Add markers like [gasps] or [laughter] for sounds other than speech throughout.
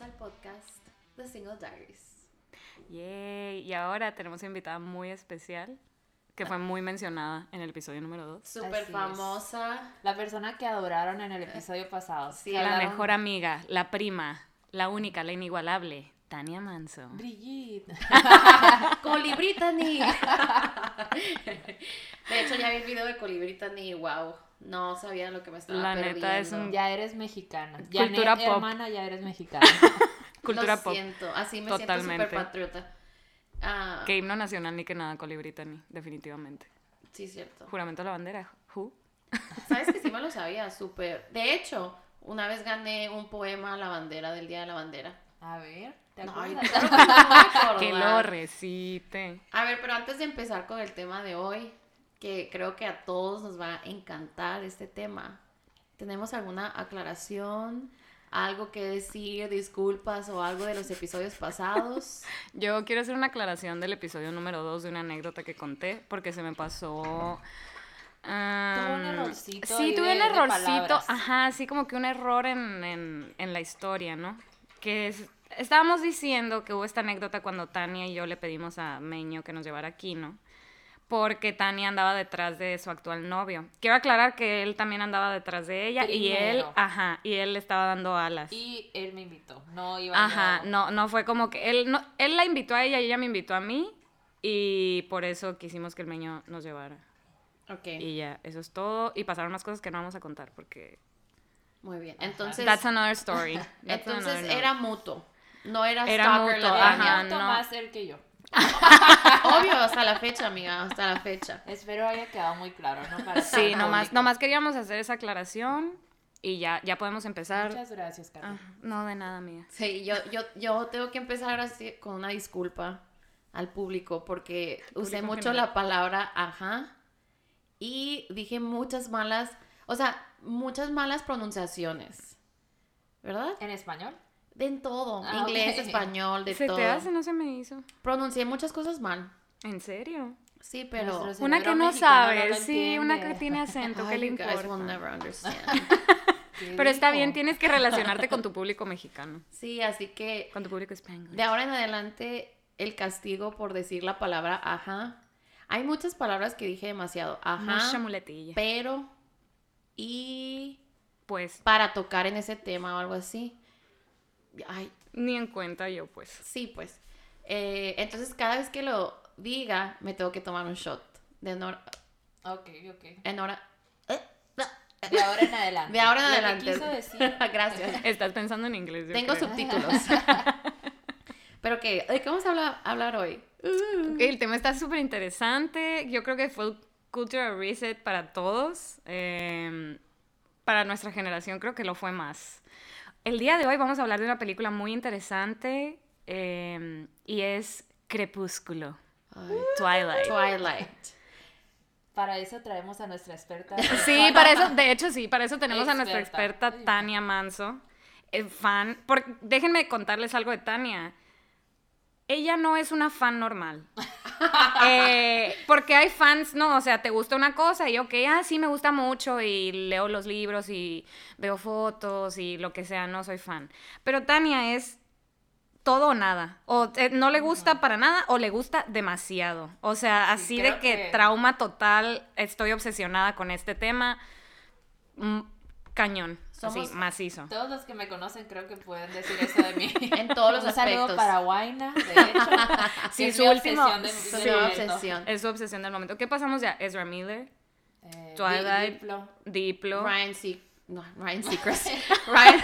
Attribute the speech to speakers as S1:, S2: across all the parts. S1: al podcast The Single Diaries.
S2: Yay. Y ahora tenemos invitada muy especial, que fue muy mencionada en el episodio número 2.
S1: Súper
S3: es.
S1: famosa.
S3: La persona que adoraron en el episodio pasado.
S1: Sí,
S3: Que
S2: La
S3: hablaron-
S2: mejor amiga, la prima, la única, la inigualable, Tania Manso.
S3: Brigitte.
S1: [laughs] Colibri Brittany. de hecho, ya vi el video de Colibri Brittany. Wow. No sabía lo que me estaba
S2: La
S1: perdiendo.
S2: neta, es un-
S3: Ya eres mexicana.
S2: Mm. Cultura
S3: Cultura
S2: pop.
S3: hermana, ya eres
S2: [laughs]
S3: mexicana.
S2: Cultura
S1: lo
S2: pop.
S1: siento. Así me
S2: Totalmente.
S1: siento súper patriota. Ah,
S2: Que himno nacional ni que nada, Coli Brittany, definitivamente.
S1: sí, cierto.
S2: Juramento a la bandera, who?
S1: Sabes que sí me lo sabía, súper. De hecho, una vez gané un poema a la bandera del Día de la Bandera.
S3: A ver, ¿te
S1: No,
S3: acuerdas?
S1: ahorita no me
S2: [laughs]
S1: acuerdo.
S2: Que lo recite.
S1: A ver, pero antes de empezar con el tema de hoy, que creo que a todos nos va a encantar este tema, ¿tenemos alguna aclaración? ¿Algo que decir? ¿Disculpas o algo de los
S2: [laughs]
S1: episodios pasados?
S2: Yo quiero hacer una aclaración del episodio número 2 de una anécdota que conté porque se me pasó. ah,
S3: un errorcito
S2: Sí,
S3: ahí
S2: tuve
S3: de-
S2: un
S3: de
S2: errorcito.
S3: palabras.
S2: Ajá, así como que un error en, en- en la historia, ¿no? Que es- estábamos diciendo que hubo esta anécdota cuando Tania y yo le pedimos a Meño que nos llevara aquí, ¿no? Porque Tania andaba detrás de su actual novio. Quiero aclarar que él también andaba detrás de ella y él,
S3: Primero.
S2: ajá, y él le estaba dando alas.
S3: Y él me invitó. No iba
S2: Ajá,
S3: yo.
S2: no, no fue como que él, no, él la invitó a ella y ella me invitó a mí y por eso quisimos que el meño nos llevara.
S1: Ok,
S2: Y ya, eso es todo. Y pasaron más cosas que no vamos a contar porque...
S1: muy bien. Entonces,
S2: That's another
S1: [laughs]
S2: story. That's
S1: entonces
S2: another
S1: era mutuo. No era,
S2: Era
S1: stalker la
S2: mutuo,
S3: Era
S1: Tania.
S2: ajá,
S3: mucho
S2: no.
S3: más él que yo.
S1: Obvio, hasta la fecha, amiga, hasta la fecha.
S3: Espero haya quedado muy claro, ¿no? Para todo
S2: Sí,
S3: el
S2: nomás,
S3: público.
S2: nomás queríamos hacer esa aclaración y ya, ya podemos empezar.
S3: Muchas gracias, Carmen.
S2: Ah, no, de nada, mía.
S1: Sí, yo, yo, yo tengo que empezar así con una disculpa al público porque usé
S2: en
S1: mucho
S2: general.
S1: la palabra ajá y dije muchas malas, o sea, muchas malas pronunciaciones, ¿verdad?
S3: ¿En español?
S1: De en todo,
S3: Ah,
S1: inglés,
S3: ok.
S1: español, de
S2: Se
S1: todo.
S2: te hace, no se me hizo.
S1: Pronuncié muchas cosas mal,
S2: ¿En serio?
S1: sí, pero...
S3: Nuestros- cerebro
S2: una que
S3: mexicano
S2: no
S3: no
S2: sabe,
S3: lo
S2: sí, una que
S3: entiende.
S2: tiene acento, ¿qué
S1: Ay,
S2: le
S1: you guys will
S2: importa?
S1: never understand.
S2: [laughs]
S3: ¿Qué
S2: Pero está
S3: dijo?
S2: bien, tienes que relacionarte con
S1: [laughs]
S2: tu público mexicano,
S1: Sí, así que
S2: con tu público español.
S1: De ahora en adelante, el castigo por decir la palabra ajá. Hay muchas palabras que dije demasiado.
S2: Mucha
S1: Ajá.
S2: muletilla.
S1: Pero. Y.
S2: Pues,
S1: Para tocar en ese tema o algo así. Ay,
S2: ni en cuenta yo, pues.
S1: sí, pues. Eh, entonces, cada vez que lo diga, me tengo que tomar un shot. De honor.
S3: Ok, ok.
S1: En hora. eh,
S3: De ahora en
S2: [laughs]
S3: adelante.
S1: De ahora en
S3: Lo que
S1: adelante.
S3: quiso decir
S1: [laughs] Gracias.
S2: Estás pensando en inglés, yo
S1: Tengo
S2: creo.
S1: subtítulos. [laughs] pero que. ¿De qué vamos a hablar, hablar hoy?
S2: Ok, El tema está súper interesante. Yo creo que fue un cultural reset para todos. Eh, para nuestra generación creo que lo fue más. El día de hoy vamos a hablar de una película muy interesante eh, y es Crepúsculo,
S1: Ay,
S2: Twilight.
S1: Twilight.
S3: Para eso traemos a nuestra experta.
S2: Sí, para eso, de hecho sí, para eso tenemos a nuestra
S3: Experta.
S2: experta Tania Manso, eh, fan, porque déjenme contarles algo de Tania. Ella no es una fan normal. Eh, porque hay fans, no, o sea, te gusta una cosa y ok, ah, sí, me gusta mucho y leo los libros y veo fotos y lo que sea, no soy fan. Pero Tania es todo o nada. O eh, no le gusta para nada o le gusta demasiado. O sea,
S3: Sí,
S2: así de
S3: creo
S2: que,
S3: que-
S2: trauma total, estoy obsesionada con este tema. Mm, cañón,
S1: Somos
S2: así, macizo.
S3: Todos los que me conocen creo que pueden decir eso de mí.
S1: [laughs] En todos los
S3: Un saludo
S1: aspectos.
S3: para Huayna,
S1: [laughs]
S3: de hecho.
S2: Sí,
S3: que es
S2: su
S3: mi
S2: último-
S3: obsesión de- de
S1: Soy
S2: Sí.
S1: una
S3: momento.
S1: obsesión.
S2: Es su obsesión del momento. ¿Qué pasamos ya? Ezra Miller,
S3: Eh, Di-
S2: Twilight.
S1: [laughs]
S3: Diplo.
S2: Diplo.
S1: Ryan Se no, Ryan Seacrest. Ryan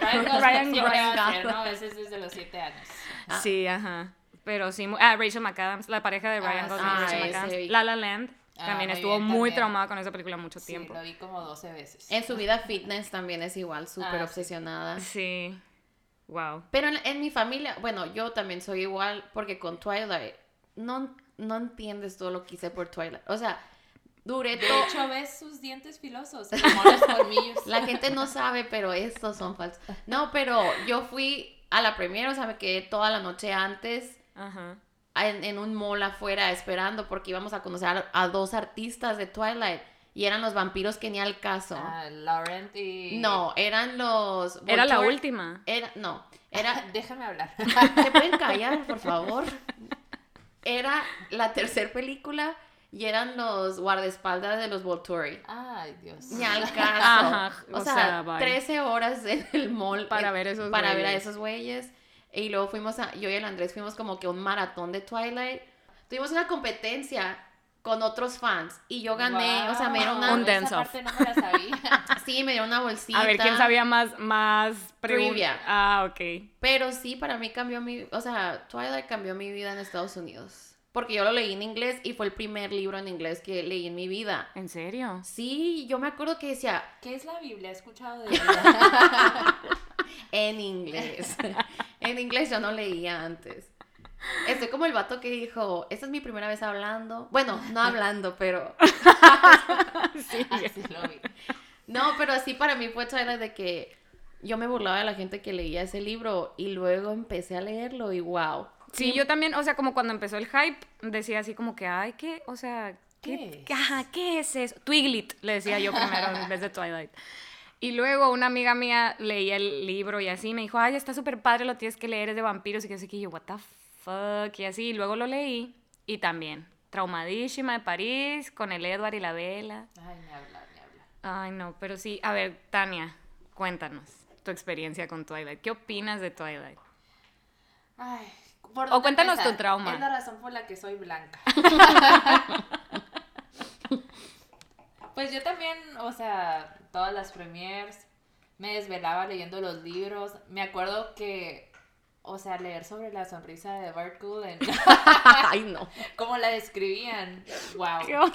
S3: Ryan
S2: Ryan
S3: Gosling siempre va a
S1: Gosling.
S3: ser, ¿no? A veces desde los siete años.
S1: Ah.
S2: Sí, ajá. Pero sí, mu- ah, Rachel McAdams, la pareja de Ryan
S3: Ah,
S2: Gosling
S1: sí.
S2: y Rachel
S1: Ah,
S2: McAdams.
S1: ese vi.
S2: La La Land
S3: Ah,
S2: también
S3: muy
S2: estuvo
S3: bien,
S2: muy
S3: también.
S2: traumada con esa película mucho
S3: Sí,
S2: tiempo.
S3: lo vi como 12 veces.
S1: en su vida fitness también es igual, súper
S3: Ah, sí.
S1: obsesionada.
S2: Sí. Wow.
S1: Pero en, en mi familia, bueno, yo también soy igual porque con Twilight no, no entiendes todo lo que hice por Twilight. O sea, duré
S3: De
S1: todo.
S3: hecho, ves sus dientes filosos, como los
S1: [laughs]
S3: colmillos.
S1: La gente no sabe, pero estos son falsos. No, pero yo fui a la premiere, o sea, me quedé toda la noche antes
S2: Ajá.
S1: en, en un mall afuera esperando porque íbamos a conocer a, a dos artistas de Twilight Y eran los vampiros que ni al caso.
S4: Ah, Laurent y...
S1: No, eran los...
S2: Era la
S1: Volturi-
S2: última.
S1: Era, no, era...
S4: Déjame
S1: [laughs]
S4: hablar.
S1: ¿Se pueden callar, por favor? Era la tercera película y eran los guardaespaldas de los Volturi.
S4: Ay, Dios.
S1: Ni al caso.
S2: Ajá,
S1: o,
S2: o
S1: sea,
S2: sea, bye.
S1: 13 horas en el mall.
S2: Para
S1: eh,
S2: ver esos
S1: Para ver a
S2: güeyes.
S1: esos güeyes. Y luego fuimos a, yo y el Andrés fuimos como que a un maratón de Twilight. Tuvimos una competencia con otros fans y yo gané, o sea, me dieron una,
S2: Un
S4: Esa
S2: dance-off.
S4: parte no me
S1: [laughs]
S4: la sabía.
S1: sí, me dieron una bolsita.
S2: A ver, ¿quién sabía más, más pregun-
S1: Trivia.
S2: Ah, ok.
S1: Pero sí, para mí cambió mi, o sea, Twilight cambió mi vida en Estados Unidos, porque yo lo leí en inglés y fue el primer libro en inglés que leí en mi vida.
S2: ¿En serio?
S1: Sí, yo me acuerdo que decía,
S4: ¿Qué es la Biblia? He escuchado
S1: [laughs]
S4: de ella.
S2: [laughs]
S1: En inglés. en inglés yo no leía antes. Estoy como el vato que dijo, esta es mi primera vez hablando. Bueno, no hablando, pero...
S2: Sí.
S4: Así lo vi.
S1: No, pero así para mí fue Twilight de que yo me burlaba de la gente que leía ese libro y luego empecé a leerlo y wow.
S2: Sí, yo también, o sea, como cuando empezó el hype, decía así como que, ay, ¿qué? O sea,
S4: ¿Qué
S2: ¿qué?
S4: es?
S2: ¿Qué, ajá, ¿qué es eso? Twiglet, le decía yo primero
S4: [laughs]
S2: en vez de Twilight. Y luego una amiga mía leía el libro y así me dijo, ay, está súper padre, lo tienes que leer, es de vampiros. Y que así que yo, what the fuck, y así. Y luego lo leí y también, traumadísima de París, con el Edward y la vela.
S4: Ay, ni hablar, ni hablar.
S2: Ay, no, pero sí, a ver, Tania, cuéntanos tu experiencia con Twilight. ¿Qué opinas de Twilight?
S4: Ay, ¿por
S2: O
S4: dónde
S2: cuéntanos
S4: empezar?
S2: tu trauma.
S4: Es la razón por la que
S2: [laughs]
S4: soy blanca. pues yo también, o sea, todas las premiers, me desvelaba leyendo los libros. Me acuerdo que, o sea, leer sobre la sonrisa de Bart Cullen,
S1: [laughs]
S2: [laughs]
S1: Ay, no.
S4: cómo la describían. Wow.
S2: Qué horror.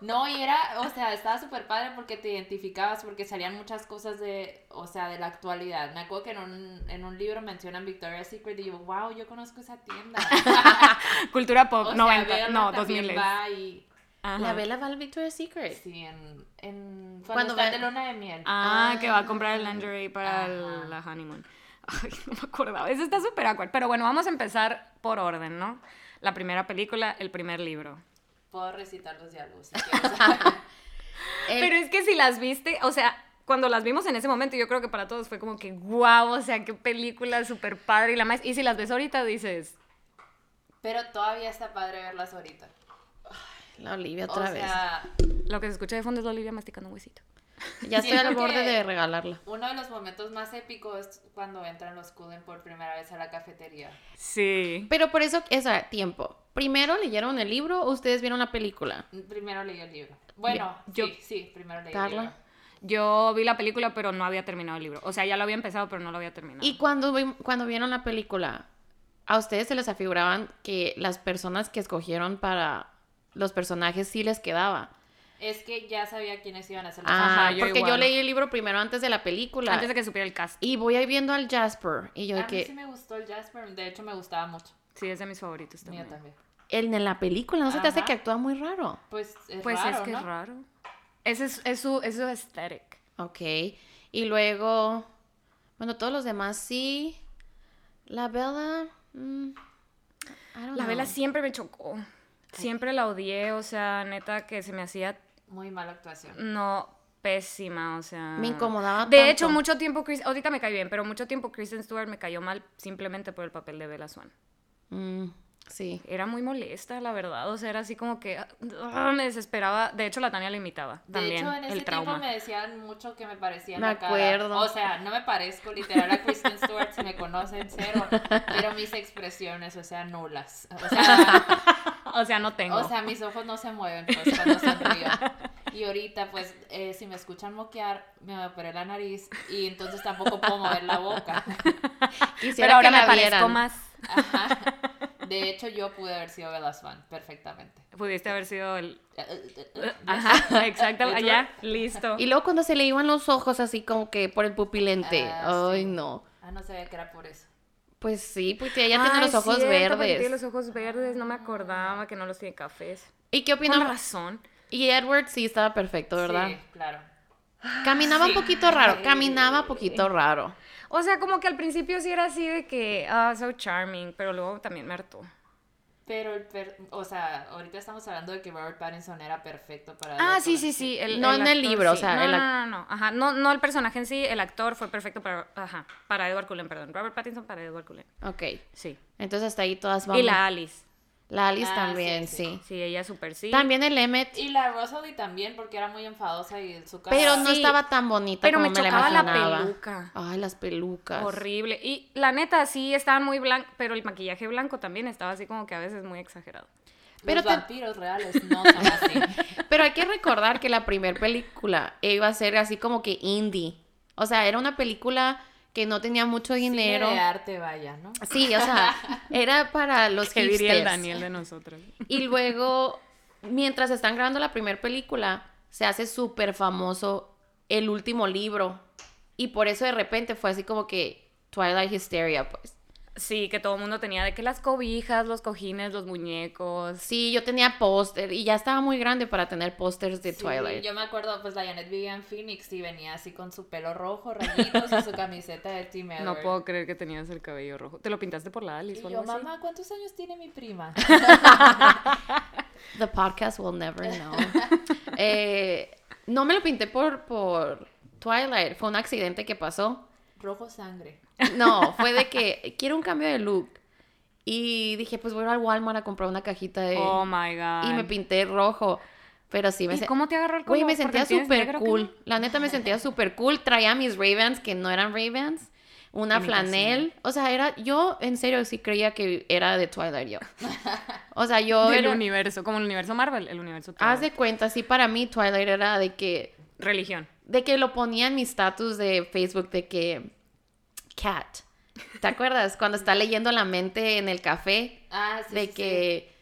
S4: No, y era, o sea, estaba súper padre porque te identificabas, porque salían muchas cosas de, o sea, de la actualidad. Me acuerdo que en un, en un libro mencionan Victoria's Secret y yo, wow, yo conozco esa tienda.
S2: Cultura pop,
S4: O sea,
S2: 90,
S4: Bella
S2: no,
S4: también
S2: 2000.
S4: va y,
S2: Ajá.
S1: La vela va al Victoria's Secret.
S4: sí, en, en,
S1: Cuando
S4: cuando están
S1: ve-
S4: de luna de miel.
S2: Ah, que va a comprar el
S1: Ah.
S2: lingerie para
S4: Ajá.
S2: la honeymoon. [laughs] Ay, no me acordaba. Eso está súper awkward. Pero bueno, vamos a empezar por orden, ¿no? La primera película, el primer libro.
S4: Puedo recitar los diálogos. si quieres. [laughs]
S1: El-
S2: Pero es que si las viste, o sea, cuando las vimos en ese momento, yo creo que para todos fue como que guau, o sea, qué película súper padre y la más. Y si las ves ahorita, dices,
S4: Pero todavía está padre verlas ahorita.
S1: La Olivia
S4: O
S1: otra
S4: sea,
S2: lo que se escucha de fondo es la Olivia masticando un huesito.
S1: vez. Ya estoy al
S4: siento que-
S1: borde de regalarla.
S4: uno de los momentos más épicos es cuando entran los Cullen por primera vez a la cafetería.
S2: Sí.
S1: Pero por eso, es a tiempo. Primero leyeron el libro, ustedes vieron la película.
S4: Primero leí el libro. Bueno,
S2: Yo-
S4: sí, sí, primero leí
S1: Carla.
S4: el libro.
S2: Yo vi la película, pero no había terminado el libro. O sea, ya lo había empezado, pero no lo había terminado.
S1: Y cuando, vi- cuando vieron la película, ¿a ustedes se les afiguraban que las personas que escogieron para los personajes sí les quedaba?
S4: Es que ya sabía quiénes iban a ser los
S1: Ah,
S2: Ajá, yo
S1: porque yo
S2: igual.
S1: leí el libro primero antes de la película.
S2: Antes de que supiera el cast.
S1: Y voy ahí viendo al Jasper. Y yo de
S4: A mí
S1: que,
S4: sí me gustó el Jasper, de hecho me gustaba mucho.
S2: Sí, es de mis favoritos
S4: Mío
S2: también.
S4: también.
S1: él en la película, ¿no se te hace
S4: Ajá.
S1: que actúa muy raro?
S4: Pues es
S2: Pues
S4: raro,
S2: es que
S4: ¿no?
S2: es raro. Ese es, es su, es su aesthetic.
S1: Ok. Y luego, bueno, todos los demás sí. La Bella... mm, I don't
S2: La
S1: know.
S2: vela siempre me chocó. Siempre la odié, o sea, neta que se me hacía
S4: Muy mala actuación.
S2: no pésima, o sea.
S1: Me incomodaba
S2: De hecho,
S1: tanto.
S2: mucho tiempo Chris, ahorita me cae bien, pero mucho tiempo Kristen Stewart me cayó mal simplemente por el papel de Bella Swan.
S1: Mm, sí.
S2: Era muy molesta, la verdad, o sea, era así como que ah, me desesperaba. De hecho, la Tania la imitaba
S4: De
S2: también,
S4: hecho, en ese
S2: el trauma.
S4: tiempo me decían mucho que me parecía
S1: Me
S4: la cara.
S1: acuerdo.
S4: O sea, no me parezco literal a Kristen Stewart si me conocen cero, pero mis expresiones, o sea, nulas. O sea,
S2: O sea, no tengo.
S4: o sea, mis ojos no se mueven pues, cuando sonrío. Y ahorita, pues, eh, si me escuchan moquear, me operé la nariz y entonces tampoco puedo mover la boca.
S2: pero
S1: Quisiera
S2: ahora
S1: que la
S2: me parezco
S1: vieran.
S2: más.
S4: De hecho, yo pude haber sido Bella Swan perfectamente.
S2: Pudiste haber sido [laughs] el.
S4: Ah,
S2: Ajá, exacto,
S4: Eso-
S2: allá, listo.
S1: Y luego cuando se le iban los ojos así como que por el pupilente.
S4: Ah,
S1: Ay,
S4: sí.
S1: no.
S4: no sabía que era por eso.
S1: Pues sí, porque ella tiene
S2: Ay,
S1: los ojos
S2: cierto, porque
S1: verdes.
S2: Tiene los ojos verdes, no me acordaba que no los tiene cafés.
S1: ¿Y qué
S2: Con
S1: opinan?
S2: razón.
S1: Y Edward sí estaba perfecto, ¿verdad?
S4: Sí, claro.
S2: Ah,
S1: Caminaba
S4: Sí.
S1: un poquito raro, caminaba un poquito raro.
S2: O sea, como que al principio sí era así de que, ah, so charming, pero luego también me hartó.
S3: Pero el per- o sea, ahorita estamos hablando de que Robert Pattinson era perfecto para
S2: Ah,
S3: Edward
S2: sí,
S3: Cullen.
S2: sí, sí.
S1: No en el libro, o
S2: sí.
S1: sea,
S2: No,
S1: el
S2: no,
S1: ac-
S2: no, no, no, Ajá. No, no el personaje en sí, el actor fue perfecto para, ajá, para Edward Cullen, perdón. Robert Pattinson para Edward Cullen.
S1: Ok.
S2: Sí.
S1: Entonces hasta ahí todas vamos.
S2: Y la Alice.
S1: La Alice
S3: Ah,
S1: también,
S3: sí, sí.
S1: sí.
S2: Sí, ella súper sí.
S1: También el Emmet,
S3: Y la Rosalie también, porque era muy enfadosa y su cara.
S1: pero no
S2: Sí.
S1: estaba tan bonita
S2: Pero
S1: como
S2: me
S1: me, la
S2: chocaba la
S1: imaginaba.
S2: peluca.
S1: Ay, las pelucas.
S2: Horrible. Y la neta, sí, estaban muy blancos, pero el maquillaje blanco también estaba así como que a veces muy exagerado.
S1: Pero
S3: Los
S1: te-
S3: vampiros reales no son así.
S1: Pero hay que recordar que la primera película iba a ser así como que indie. O sea, era una película que no tenía mucho dinero.
S3: Cine de arte, vaya, ¿no?
S1: Sí, o sea, era para los
S2: ¿Qué diría el
S1: hipsters.
S2: Daniel de nosotros?
S1: Y luego, mientras están grabando la primera película, se hace súper famoso el último libro. Y por eso de repente fue así como que Twilight Hysteria, pues.
S2: Sí, que todo el mundo tenía de que las cobijas, los cojines, los muñecos.
S1: Sí, yo tenía póster y ya estaba muy grande para tener pósters de
S3: Sí,
S1: Twilight.
S3: Yo me acuerdo, pues la Janet vivía en Phoenix y venía así con su pelo rojo, rayitos y su camiseta de Team Edward.
S2: No puedo creer que tenías el cabello rojo. ¿Te lo pintaste por la
S3: Y
S2: Alice o
S3: yo,
S2: algo así?
S3: mamá, ¿cuántos años tiene mi prima?
S1: The podcast will never know. Eh, no me lo pinté por, por Twilight, fue un accidente que pasó.
S3: Rojo sangre.
S1: No, fue de que quiero un cambio de look. Y dije, pues voy a ir al Walmart a comprar una cajita de...
S2: Oh my god.
S1: y me pinté rojo. Pero sí, me,
S2: ¿Y
S1: se-
S2: cómo te agarró el color?
S1: Güey, me
S2: Porque
S1: sentía
S2: lo tienes
S1: súper
S2: negro, ¿qué
S1: cool.
S2: no?
S1: La neta me sentía súper cool. Traía mis Ray-Bans que no eran Ray-Bans. Una
S2: Que me
S1: flanel. O sea, era. Yo en serio sí creía que era de
S2: [laughs]
S1: Twilight yo. O sea, yo.
S2: Del
S1: Era,
S2: universo, como el universo Marvel, el universo
S1: haz
S2: Twilight.
S1: de cuenta, Ah, sí, para mí Twilight era de que.
S2: Religión. [laughs]
S1: De que lo ponía en mi status de Facebook de que. Cat. ¿Te acuerdas? Cuando está leyendo la mente en el café.
S3: Ah, sí.
S1: de
S3: sí, sí.
S1: que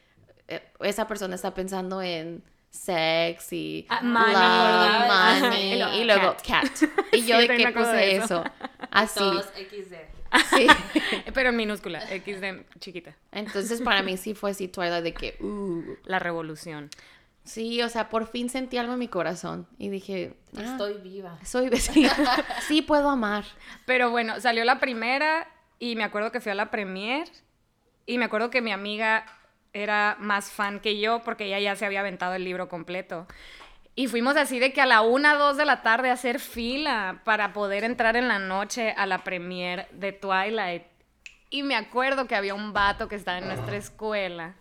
S1: eh, esa persona está pensando en sex y
S2: Ah,
S1: love,
S2: money.
S3: Ah,
S1: money,
S3: y luego
S1: y luego cat.
S3: [laughs]
S1: Y yo
S2: Sí, también
S1: de
S2: me
S1: que
S2: acuerdo
S1: puse
S2: de
S1: eso.
S2: eso.
S1: Así.
S3: Todos XD.
S1: Sí.
S3: [laughs]
S2: Pero en minúscula, X de chiquita.
S1: Entonces para mí sí fue así Twilight de que, uh.
S2: La revolución.
S1: Sí, o sea, por fin sentí algo en mi corazón y dije, ah,
S3: Estoy viva.
S1: soy sí,
S3: [laughs]
S1: sí puedo amar.
S2: Pero bueno, salió la primera y me acuerdo que fui a la premier y me acuerdo que mi amiga era más fan que yo porque ella ya se había aventado el libro completo. Y fuimos así de que a la una, dos de la tarde a hacer fila para poder entrar en la noche a la premier de Twilight. Y me acuerdo que había un vato que estaba en nuestra
S3: Ah.
S2: escuela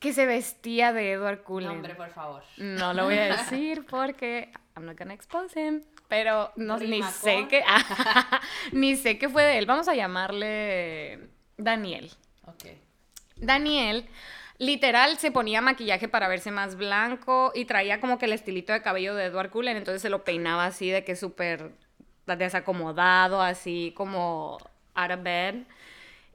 S2: que se vestía de Edward Cullen.
S3: No, hombre, por favor.
S2: No lo voy
S3: [laughs]
S2: a decir porque I'm not gonna expose him. Pero no, ni
S3: Rima
S2: sé
S3: con.
S2: que [laughs] ni sé qué fue de él. Vamos a llamarle Daniel.
S3: Ok.
S2: Daniel literal se ponía maquillaje para verse más blanco y traía como que el estilito de cabello de Edward Cullen, entonces se lo peinaba así de que súper desacomodado, así como out of bed.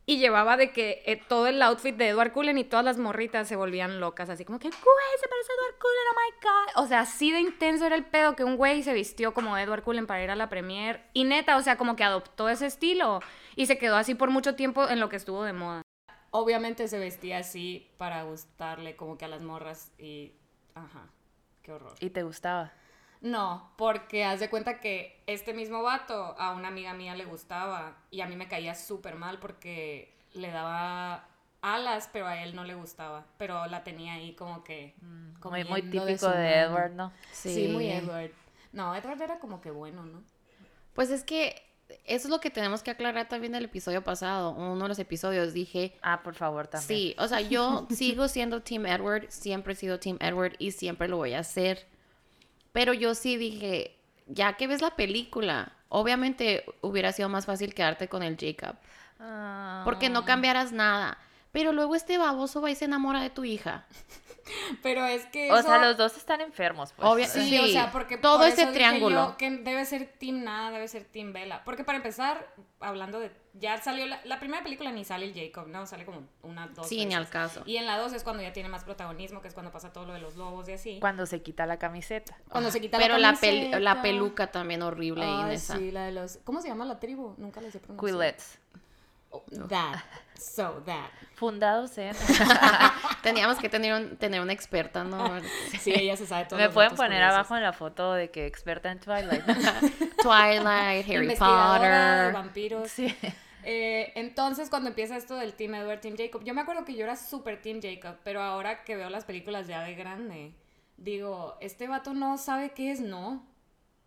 S2: Y llevaba de que eh, todo el outfit de Edward Cullen y todas las morritas se volvían locas, así como que, güey, se parece a Edward Cullen, oh my god. O sea, así de intenso era el pedo que un güey se vistió como Edward Cullen para ir a la premier. Y neta, o sea, como que adoptó ese estilo y se quedó así por mucho tiempo en lo que estuvo de moda obviamente se vestía así para gustarle como que a las morras y ajá, qué horror.
S3: ¿Y te gustaba?
S2: No, porque haz de cuenta que este mismo vato a una amiga mía le gustaba y a mí me caía súper mal porque le daba alas, pero a él no le gustaba, pero la tenía ahí como que
S3: Muy, muy
S2: comiendo
S3: típico
S2: de su
S3: de,
S2: mano.
S3: Edward, ¿no?
S1: Sí.
S2: sí, muy Edward. No, Edward era como que bueno, ¿no? [laughs]
S1: Pues es que eso es lo que tenemos que aclarar también del episodio pasado, uno de los episodios dije,
S3: Ah, por favor, también.
S1: Sí, o sea, yo sigo siendo Team Edward, siempre he sido Team Edward y siempre lo voy a hacer. Pero yo sí dije, ya que ves la película, obviamente hubiera sido más fácil quedarte con el Jacob,
S3: Ah.
S1: porque no cambiarás nada. Pero luego este baboso va y se enamora de tu hija.
S2: Pero es que
S3: O
S2: eso-
S3: sea, los dos están enfermos, pues.
S1: Obvia-
S2: Sí,
S1: Sí,
S2: o sea, porque
S1: todo
S2: por
S1: ese
S2: eso dije
S1: triángulo.
S2: yo que debe ser Team Nada, debe ser Team Vela. Porque para empezar, hablando de. Ya salió. La, la primera película ni sale el Jacob, ¿no? Sale como una, dos.
S1: Sí, ni
S2: veces.
S1: al caso.
S2: Y en la dos es cuando ya tiene más protagonismo, que es cuando pasa todo lo de los lobos y así.
S3: Cuando se quita la camiseta.
S2: Cuando se quita
S1: Pero
S2: la
S1: la, pel-
S2: camiseta.
S1: la peluca también horrible ahí en
S2: Ay,
S1: esa.
S2: sí, la de los. ¿Cómo se llama la tribu? Nunca les he pronunciado.
S3: Quillets.
S2: Oh, that. So that.
S3: Fundados
S4: [laughs]
S3: en.
S1: Teníamos que tener, un- tener una
S2: [laughs]
S1: experta, ¿no?
S3: [laughs]
S2: Sí, ella se sabe todo.
S3: Me pueden poner abajo en la foto de que experta en Twilight.
S1: Twilight, Harry Potter.
S2: vampiros.
S3: sí.
S2: Eh, entonces, cuando empieza esto del Team Edward, Team Jacob, yo me acuerdo que yo era súper Team Jacob, pero ahora que veo las películas ya de grande, digo, este vato no sabe qué es no.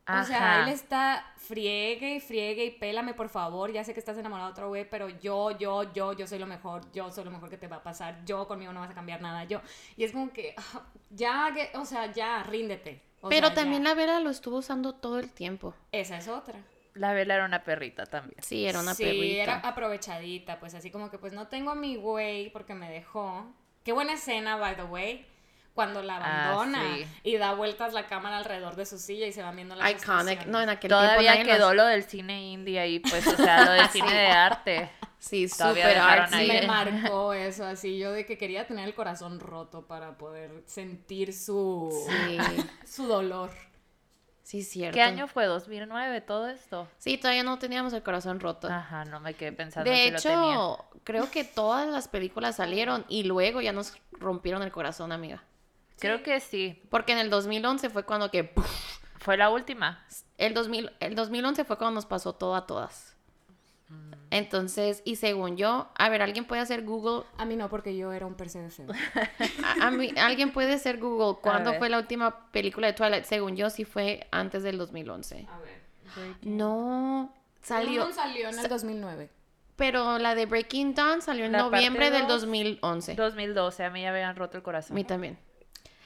S2: O sea,
S4: Ajá.
S2: él está friegue y friegue y pélame, por favor. Ya sé que estás enamorado de otro güey, pero yo, yo, yo, yo soy lo mejor. Yo soy lo mejor que te va a pasar. Yo conmigo no vas a cambiar nada. Yo. Y es como que, ah, ya, que- o sea, ya, ríndete. O
S1: Pero
S2: sea,
S1: también
S2: ya.
S1: la Vera lo estuvo usando todo el tiempo.
S2: Esa es otra.
S4: La vela era una perrita también.
S1: Sí, era una
S2: sí,
S1: perrita.
S2: era aprovechadita, pues así como que pues no tengo a mi güey porque me dejó. Qué buena escena, by the way, cuando la
S4: Ah,
S2: abandona
S4: sí.
S2: y da vueltas la cámara alrededor de su silla y se van viendo las
S1: Iconic. No, en aquel
S4: Todavía
S1: tiempo nadie
S4: quedó
S1: nos-
S4: lo del cine indie ahí, pues, o sea, lo del cine de arte.
S1: Sí,
S4: todavía
S1: super
S4: dejaron
S1: artsy.
S4: ahí.
S2: Me marcó eso, así yo de que quería tener el corazón roto para poder sentir su,
S1: Sí,
S2: su dolor.
S1: sí, cierto.
S4: ¿eh? ¿Qué año fue? ¿2009 todo esto?
S1: Sí, todavía no teníamos el corazón roto.
S4: Ajá, Ah, no me quedé pensando
S1: de
S4: si lo tenía.
S1: hecho, creo que todas las películas salieron y luego ya nos rompieron el corazón, amiga.
S4: Creo que sí.
S1: Porque en el 2011 fue cuando que... ¡puf!
S4: Fue la última.
S1: El, 2000, el 2011 fue cuando nos pasó todo a todas.
S4: Mm.
S1: Entonces, y según yo, a ver, alguien puede hacer Google,
S2: A mí no, porque yo era un perseguidor.
S1: a- a mí- alguien puede hacer Google, ¿cuándo
S4: ver.
S1: fue la última película de Twilight? Según yo, sí fue antes del 2011.
S2: A ver.
S1: No, salió,
S2: Salió, salió en el 2009.
S1: pero la de Breaking Dawn salió en
S4: La parte
S1: noviembre del
S4: dos.
S1: 2011.
S4: 2012, a mí ya me habían roto el
S1: A
S4: corazón.
S1: mí también,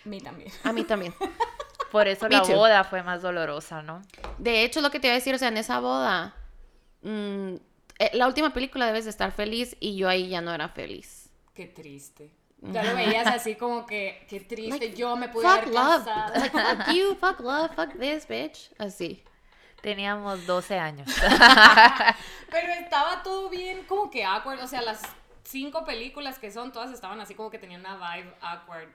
S2: mí también.
S1: a mí también.
S4: Por eso
S1: [laughs] Me
S4: la
S1: too.
S4: boda fue más dolorosa, ¿no?
S1: De hecho, lo que te iba a decir, o sea, en esa boda, mm, eh, la última película debes de estar feliz y yo ahí ya no era feliz.
S2: Qué triste. Ya [laughs] lo veías así como que, qué triste,
S1: Like,
S2: yo me pude
S1: Fuck
S2: haber
S1: love,
S2: casado.
S1: like, fuck you, fuck love, fuck this bitch, así.
S4: Teníamos 12
S1: [laughs]
S4: años.
S2: Pero estaba todo bien como que awkward, o sea, las cinco películas que son, todas estaban así como que tenían una vibe awkward.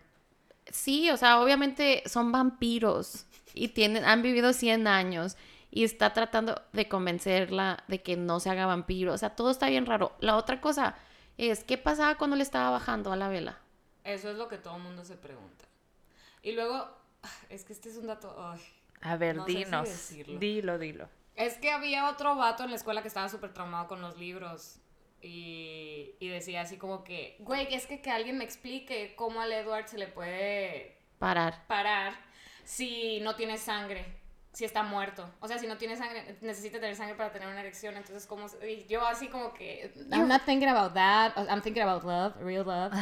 S1: Sí, o sea, obviamente son vampiros y tienen, han vivido 100 años y está tratando de convencerla de que no se haga vampiro. O sea, todo está bien raro. La otra cosa es, ¿qué pasaba cuando le estaba bajando a la vela?
S2: Eso es lo que todo el mundo se pregunta. Y luego, es que este es un dato... ay.
S4: A ver,
S2: No sé si
S4: dinos.
S2: decirlo.
S4: dilo, dilo.
S2: Es que había otro vato en la escuela que estaba súper traumado con los libros. Y, y decía así como que, güey, es que que alguien me explique cómo al Edward se le puede
S1: Parar.
S2: parar si no tiene sangre, si está muerto. O sea, si no tiene sangre, necesita tener sangre para tener una erección. Entonces, como y yo así como que... I'm not thinking about that. I'm thinking about love, real love.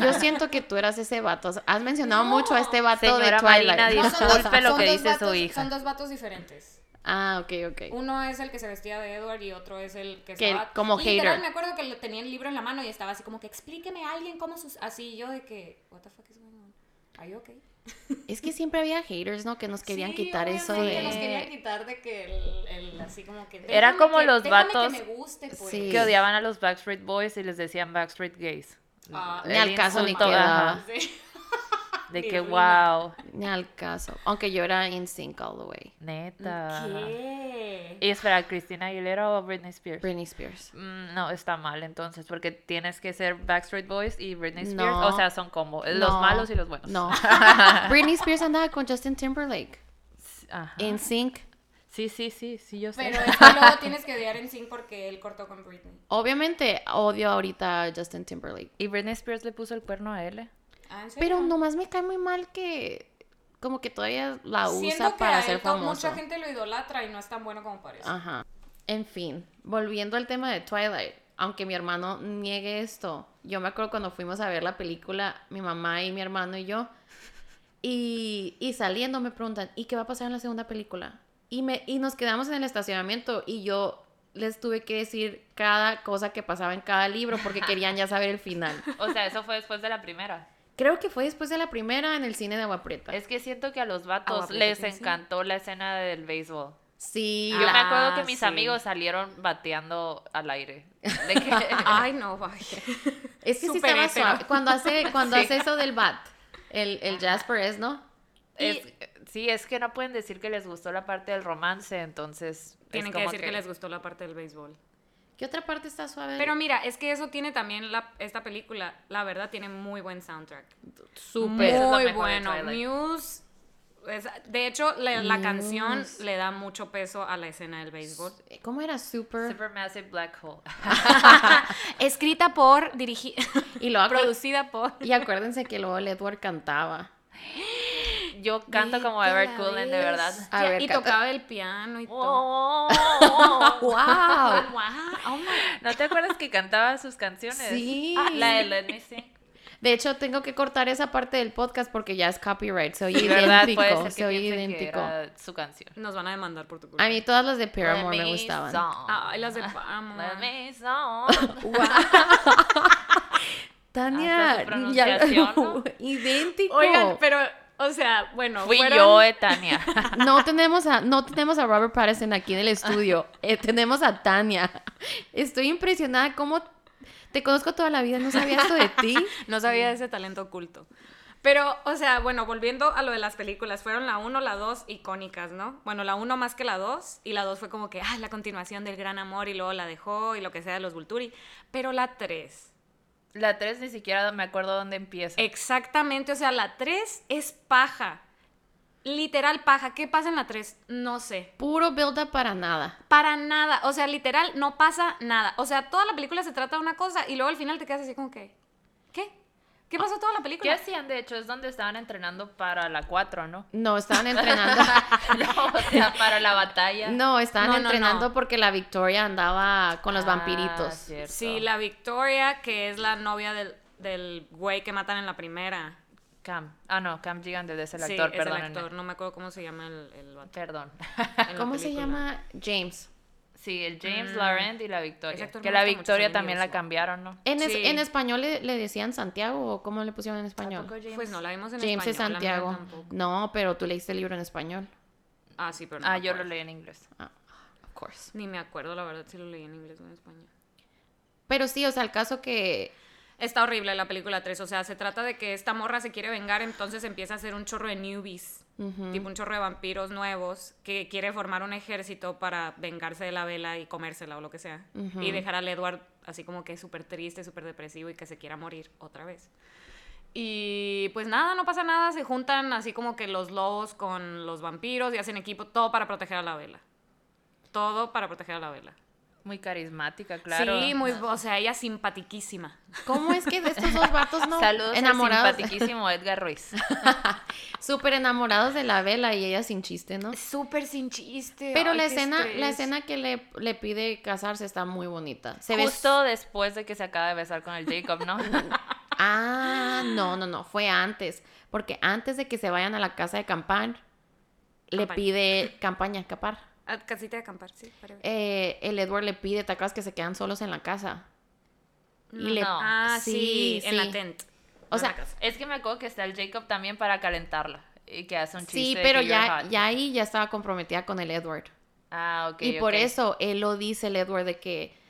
S1: Yo siento que tú eras ese vato. O sea, Has mencionado
S2: No.
S1: mucho a este vato
S4: Señora
S1: de Twilight.
S4: Marina,
S2: No, son dos-
S4: Disculpe lo
S2: son
S4: que
S2: dos
S4: dice su
S2: vatos-
S4: hija.
S2: Son dos vatos diferentes.
S1: Ah, ok, ok.
S2: Uno es el que se vestía de Edward y otro es el que,
S1: Que
S2: estaba...
S1: como
S2: literal,
S1: hater.
S2: me acuerdo que le tenía el libro en la mano y estaba así como que explíqueme a alguien cómo sus... Así yo de que, what the fuck is going on? Are you okay?
S1: Es que siempre había haters, ¿no? Que nos querían
S2: Sí,
S1: quitar eso
S2: obviamente,
S1: de...
S2: Nos querían quitar de que el, el- así como que...
S4: Era
S2: déjame
S4: como
S2: que-
S4: los
S2: déjame
S4: vatos-
S2: que me guste, pues.
S1: Sí.
S4: Que odiaban a los Backstreet Boys y les decían Backstreet Gays.
S2: Ah,
S1: Ni al
S4: El
S1: caso ni
S4: insulto,
S1: quedaba.
S4: ajá,
S2: sí.
S4: De
S2: Ni
S4: que,
S2: rima.
S4: wow,
S1: Ni al caso. Aunque yo era in sync all the way.
S4: neta.
S2: ¿Qué?
S4: Y espera, Cristina Aguilera o Britney Spears.
S1: Britney Spears.
S4: Mm, No, está mal entonces, porque tienes que ser Backstreet Boys y Britney
S1: No.
S4: Spears. O sea, son combo. eh, Los
S1: No.
S4: malos y los buenos. [laughs]
S1: No. Britney Spears andaba con Justin Timberlake.
S4: Ajá.
S1: En sync.
S4: Sí, sí, sí, sí, yo sé.
S2: Pero
S4: [laughs]
S2: es que luego tienes que odiar en sync porque él cortó con Britney.
S1: Obviamente odio ahorita a Justin Timberlake.
S4: Y Britney Spears le puso el cuerno a él.
S2: Ah, ¿en serio?
S1: Pero nomás me cae muy mal que como que todavía la usa
S2: Siento que
S1: para
S2: a él
S1: ser
S2: to-
S1: famoso.
S2: mucha gente lo idolatra y no es tan bueno como parece.
S1: Ajá. En fin, volviendo al tema de Twilight, aunque mi hermano niegue esto, yo me acuerdo cuando fuimos a ver la película, mi mamá y mi hermano y yo, y, y saliendo me preguntan, ¿y qué va a pasar en la segunda película? Y, me, y nos quedamos en el estacionamiento y yo les tuve que decir cada cosa que pasaba en cada libro porque querían ya saber el final.
S4: O sea, eso fue después de la primera.
S1: Creo que fue después de la primera en el cine de Agua Prieta.
S4: Es que siento que a los
S2: Agua
S4: vatos
S2: prieta,
S4: les
S2: ¿quién sí?
S4: encantó la escena del béisbol.
S1: Sí,
S4: Yo me
S1: la-
S4: acuerdo que
S2: Ah,
S4: mis
S2: sí.
S4: amigos salieron bateando al aire. De que-
S2: [laughs] Ay, no, vaya.
S1: es que sí
S2: súper
S1: estaba
S2: hétero.
S1: suave. Cuando hace, cuando hace eso del bat, el, el Jasper es, ¿no?
S4: es- sí, es que no pueden decir que les gustó la parte del romance, entonces... es
S2: Tienen que
S4: como
S2: decir que... les gustó la parte del béisbol.
S1: ¿Qué otra parte está suave?
S2: Pero mira, es que eso tiene también la, esta película. La verdad, tiene muy buen soundtrack.
S1: súper.
S4: Eso es lo
S2: muy
S4: mejor de
S2: bueno.
S4: Twilight.
S2: Muse es- de hecho, la, la canción
S1: Dios.
S2: le da mucho peso a la escena del béisbol.
S1: ¿Cómo era? Super.
S4: Supermassive Black Hole.
S2: Escrita por, [laughs] dirigida,
S1: Y, lo acu-
S2: producida por.
S1: y acuérdense que luego el Edward cantaba.
S4: Yo canto como Ever Cullen, de verdad.
S1: A
S2: Ya,
S1: ver,
S2: y
S1: canta.
S2: tocaba el piano y [laughs] todo. [laughs]
S4: Oh.
S1: ¡Wow!
S2: Wow, oh my-
S4: ¿No te acuerdas que cantaba sus canciones? Ah,
S1: Sí.
S4: La de Let Me Sing.
S1: De hecho, tengo que cortar esa parte del podcast porque ya es copyright. Soy
S4: [laughs] Sí, ¿verdad?
S1: idéntico.
S4: Puede ser que
S1: soy
S4: piensen que
S1: idéntico.
S4: era su canción.
S2: Nos van a demandar por tu culpa.
S1: A mí todas las de Paramore
S4: Let
S1: me
S4: me
S1: gustaban.
S4: song.
S2: Ay, las de
S4: Let
S2: Paramore.
S4: me [laughs] song. Hasta
S1: [laughs] Tania,
S4: su
S1: ya
S4: pronunciación, ¿no?
S1: [laughs] idéntico.
S2: Oigan, pero, o sea, bueno,
S4: Fui
S2: fueron-
S4: yo,
S2: [laughs]
S4: eh. Etania.
S1: No tenemos a no tenemos a Robert Pattinson aquí en el estudio. Eh, tenemos a Tania. Estoy impresionada cómo te conozco toda la vida, no sabía esto de ti.
S2: No sabía de ese talento oculto. Pero, o sea, bueno, volviendo a lo de las películas, fueron la 1, la 2 icónicas, ¿no? Bueno, la 1 más que la 2, y la 2 fue como que, ah, la continuación del gran amor, y luego la dejó, y lo que sea de los Vulturi. Pero la 3,
S4: La 3 ni siquiera me acuerdo dónde empieza.
S2: Eh, exactamente, o sea, la 3 es paja. Literal paja. ¿Qué pasa en la 3? No sé.
S1: Puro build up para nada.
S2: Para nada. O sea, literal, no pasa nada. O sea, toda la película se trata de una cosa, y luego al final te quedas así como que, ¿qué? ¿Qué pasó toda la
S4: ¿Qué
S2: película?
S4: hacían? De hecho, es donde estaban entrenando para la 4,
S2: [laughs]
S4: ¿no?
S1: No, estaban entrenando.
S4: No, o sea, para la batalla.
S1: No, estaban
S2: No, no,
S1: entrenando
S2: no.
S1: porque la Victoria andaba con los
S4: Ah,
S1: vampiritos.
S4: cierto.
S2: Sí, la Victoria, que es la novia del, del güey que matan en la primera.
S4: Cam. Ah, no, Cam Gigante es el
S2: sí,
S4: actor,
S2: es
S4: perdón.
S2: el actor. No me acuerdo cómo se llama el, el
S4: [laughs]
S2: vato [laughs]
S4: Perdón.
S2: en la
S1: ¿Cómo se
S2: película.
S1: llama? James.
S4: Sí, el James
S2: Mm.
S4: Laurent y la
S2: Ese
S4: Victoria.
S2: actor
S4: Que
S2: me
S4: la
S2: gusta mucho,
S4: Victoria
S2: también
S4: también la
S2: buenísimo.
S4: cambiaron, ¿no?
S1: En, es-
S2: Sí.
S1: en español le, le decían Santiago o cómo le pusieron en español.
S4: Tampoco James.
S2: Pues no la vimos en
S1: James es
S2: español. la mía
S1: Santiago.
S2: tampoco.
S1: No, pero tú leíste el libro en español.
S2: Ah, sí, pero no
S4: ah,
S2: me
S4: yo lo
S2: acuerdo.
S4: leí en inglés.
S1: Ah, of course.
S2: Ni me acuerdo, la verdad, si lo leí en inglés o en español.
S1: Pero sí, o sea, el caso que
S2: Está horrible la película 3. O sea, se trata de que esta morra se quiere vengar, entonces empieza a hacer un chorro de newbies. Tipo un chorro de vampiros nuevos que quiere formar un ejército para vengarse de la vela y comérsela o lo que sea. Y dejar al Edward así como que súper triste, súper depresivo y que se quiera morir otra vez. Y pues nada, no pasa nada. Se juntan así como que los lobos con los vampiros y hacen equipo, todo para proteger a la vela. Todo para proteger a la vela.
S4: Muy carismática, claro.
S2: Sí, muy, o sea, ella simpatiquísima.
S1: ¿Cómo es que de estos dos vatos no
S4: [laughs] Saludos al
S1: enamorados,
S4: simpaticísimo
S2: [laughs]
S4: Edgar Ruiz.
S1: súper enamorados de la vela y ella sin chiste, ¿no?
S2: Súper sin chiste.
S1: Pero
S2: ay,
S1: la
S2: qué
S1: escena, la
S2: estrés.
S1: escena que le, le pide casarse está muy bonita. Se ve
S4: Justo después de que se acaba de besar con el Jacob,
S1: [laughs]
S4: ¿no?
S1: Ah, no, no, no, fue antes, porque antes de que se vayan a la casa de Campán le
S2: Campaña.
S1: pide campaña, capar.
S2: Ah, casita de acampar, sí. para ver.
S1: Eh, el Edward le pide, ¿te acuerdas que se quedan solos en la casa? Y le,
S4: No.
S2: ah, sí,
S1: sí,
S2: en la
S1: sí.
S2: tent.
S1: O
S2: no Ah, en
S1: sea,
S2: la casa.
S4: es que me acuerdo que está el Jacob también para calentarla. Y que hace un chiste.
S1: sí,
S4: de
S1: pero
S4: que you're
S1: ya,
S4: hot.
S1: ya ahí ya estaba comprometida con el Edward.
S4: Ah, ok.
S1: y por
S4: ok.
S1: eso él lo dice, el Edward, de que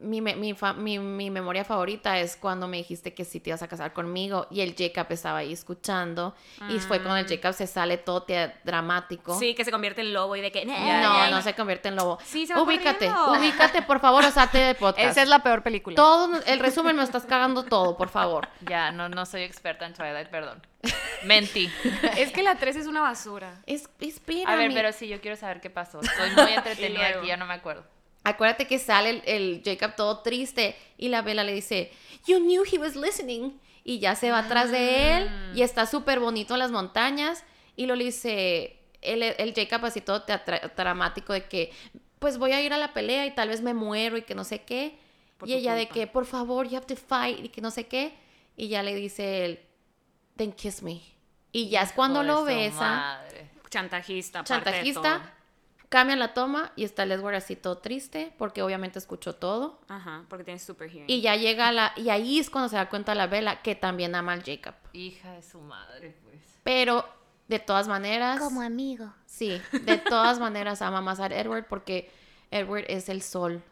S1: mi, me- mi, fa- mi, mi memoria favorita es cuando me dijiste que sí te ibas a casar conmigo y el Jacob estaba ahí escuchando y fue cuando el
S4: Ah.
S1: Jacob se sale todo te- dramático.
S2: Sí, que se convierte en lobo y de que.
S4: Ya,
S1: no,
S4: ya,
S1: no
S4: ya.
S1: se convierte en lobo.
S2: Sí, se va
S1: ubícate,
S2: corriendo.
S1: ubícate, por favor, o sea, te
S4: [laughs]
S1: de podcast.
S2: Esa es la peor película.
S1: Todo, nos- el resumen me estás cagando todo, por favor.
S4: Ya, no, no soy experta en Twilight, perdón.
S1: [laughs]
S4: Mentí.
S2: [laughs] Es que la 3 es una basura.
S1: Es, espera,
S4: A ver,
S1: mi-
S4: pero sí, yo quiero saber qué pasó. Estoy
S1: [laughs]
S4: muy
S2: Y
S4: entretenida
S2: luego.
S4: aquí, ya no me acuerdo.
S1: Acuérdate que sale el, el Jacob todo triste y la vela le dice, You knew he was listening. Y ya se va atrás de él y está súper bonito en las montañas. Y lo le dice, el, el Jacob así todo teatra- dramático de que, pues voy a ir a la pelea y tal vez me muero y que no sé qué.
S2: Por
S1: y
S2: tu
S1: ella de
S2: culpa.
S1: que, por favor, you have to fight y que no sé qué. Y ya le dice él, then kiss me. Y ya es cuando
S4: Hijo
S1: lo
S4: de su
S1: besa
S4: Madre.
S2: Chantajista, aparte de
S1: chantajista,
S2: todo.
S1: cambia la toma y está el Edward así todo triste porque obviamente escuchó todo.
S2: Ajá, porque tiene super hearing.
S1: Y ya llega la, y ahí es cuando se da cuenta la vela que también ama al Jacob.
S4: Hija de su madre, pues.
S1: Pero de todas maneras,
S2: amigo.
S1: sí, de todas maneras ama más al Edward porque Edward es el sol.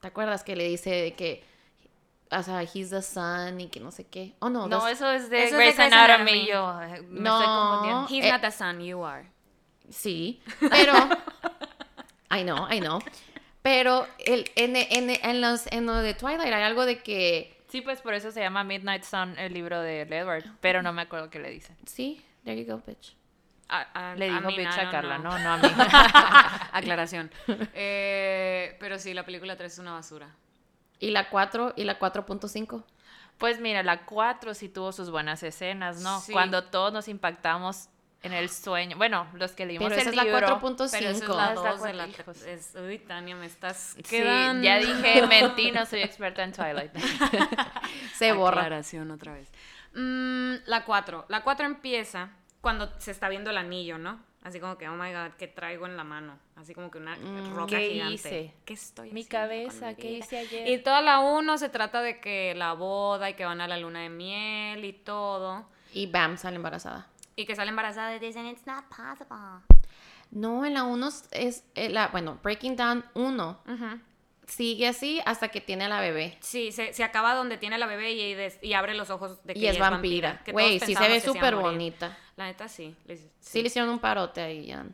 S1: ¿Te acuerdas que le dice de que, o sea, he's the sun y que no sé qué? Oh no,
S4: No,
S1: that's-
S4: eso es de
S2: Eso es de
S4: Grey's
S2: Grey's Anatomy.
S4: Anatomy. Yo eh, me
S1: No.
S4: estoy confundiendo.
S2: He's
S1: Eh.
S2: not the sun, you are.
S1: Sí, pero. I know, I know. Pero el, en, en, en, los, en lo de Twilight hay algo de que.
S4: Sí, pues por eso se llama Midnight Sun el libro de Edward, pero no me acuerdo qué le dice.
S1: Sí, there you go, bitch.
S2: a- a-
S4: Le
S2: a
S4: dijo
S2: mí,
S4: bitch
S2: no,
S4: a
S2: no,
S4: Carla,
S2: no.
S1: [laughs]
S4: no, no a mí.
S2: [laughs]
S4: [laughs]
S2: Aclaración. Eh, pero sí, la película 3 es una basura.
S1: Y la 4 y la 4.5.
S4: Pues mira, la 4 sí tuvo sus buenas escenas, ¿no?
S2: Sí.
S4: Cuando todos nos impactamos en el sueño. Bueno, los que leímos
S1: Pero
S4: el
S1: esa es la
S4: libro.
S1: 4.5.
S2: Pero esa es la
S4: Ah, es la
S2: 2 de la
S4: cuatro, hijos.
S2: es- Uy, Tania, me estás
S4: Sí,
S2: quedando.
S4: ya [laughs] dije, mentí, no soy experta en Twilight. [laughs]
S1: Se
S2: Ah,
S1: borra.
S2: Aclaración otra vez. Mm, la 4. La 4 empieza cuando se está viendo el anillo, ¿no? Así como que, oh my god, ¿qué traigo en la mano? Así como que una
S1: Mm,
S2: roca
S4: ¿qué
S2: gigante.
S4: hice?
S2: ¿Qué estoy
S4: Mi
S2: haciendo con
S4: cabeza,
S2: mi
S4: ¿qué
S2: vida?
S4: hice ayer?
S2: Y toda la 1 se trata de que la boda y que van a la luna de miel y todo.
S1: Y bam, sale embarazada.
S2: Y que sale embarazada y dicen, it's not possible.
S1: No, en la 1 es. eh, la, bueno, Breaking Down 1
S2: Ujú.
S1: sigue así hasta que tiene a la bebé.
S2: Sí, se, se acaba donde tiene la bebé y, y des- y abre los ojos de que
S1: Y es
S2: ella
S1: vampira.
S2: que
S1: Güey,
S2: todos
S1: sí se
S2: pensábamos
S1: ve
S2: que iba a
S1: súper
S2: morir.
S1: bonita.
S2: La neta sí. le- sí.
S1: Sí. le hicieron un parote ahí, ya.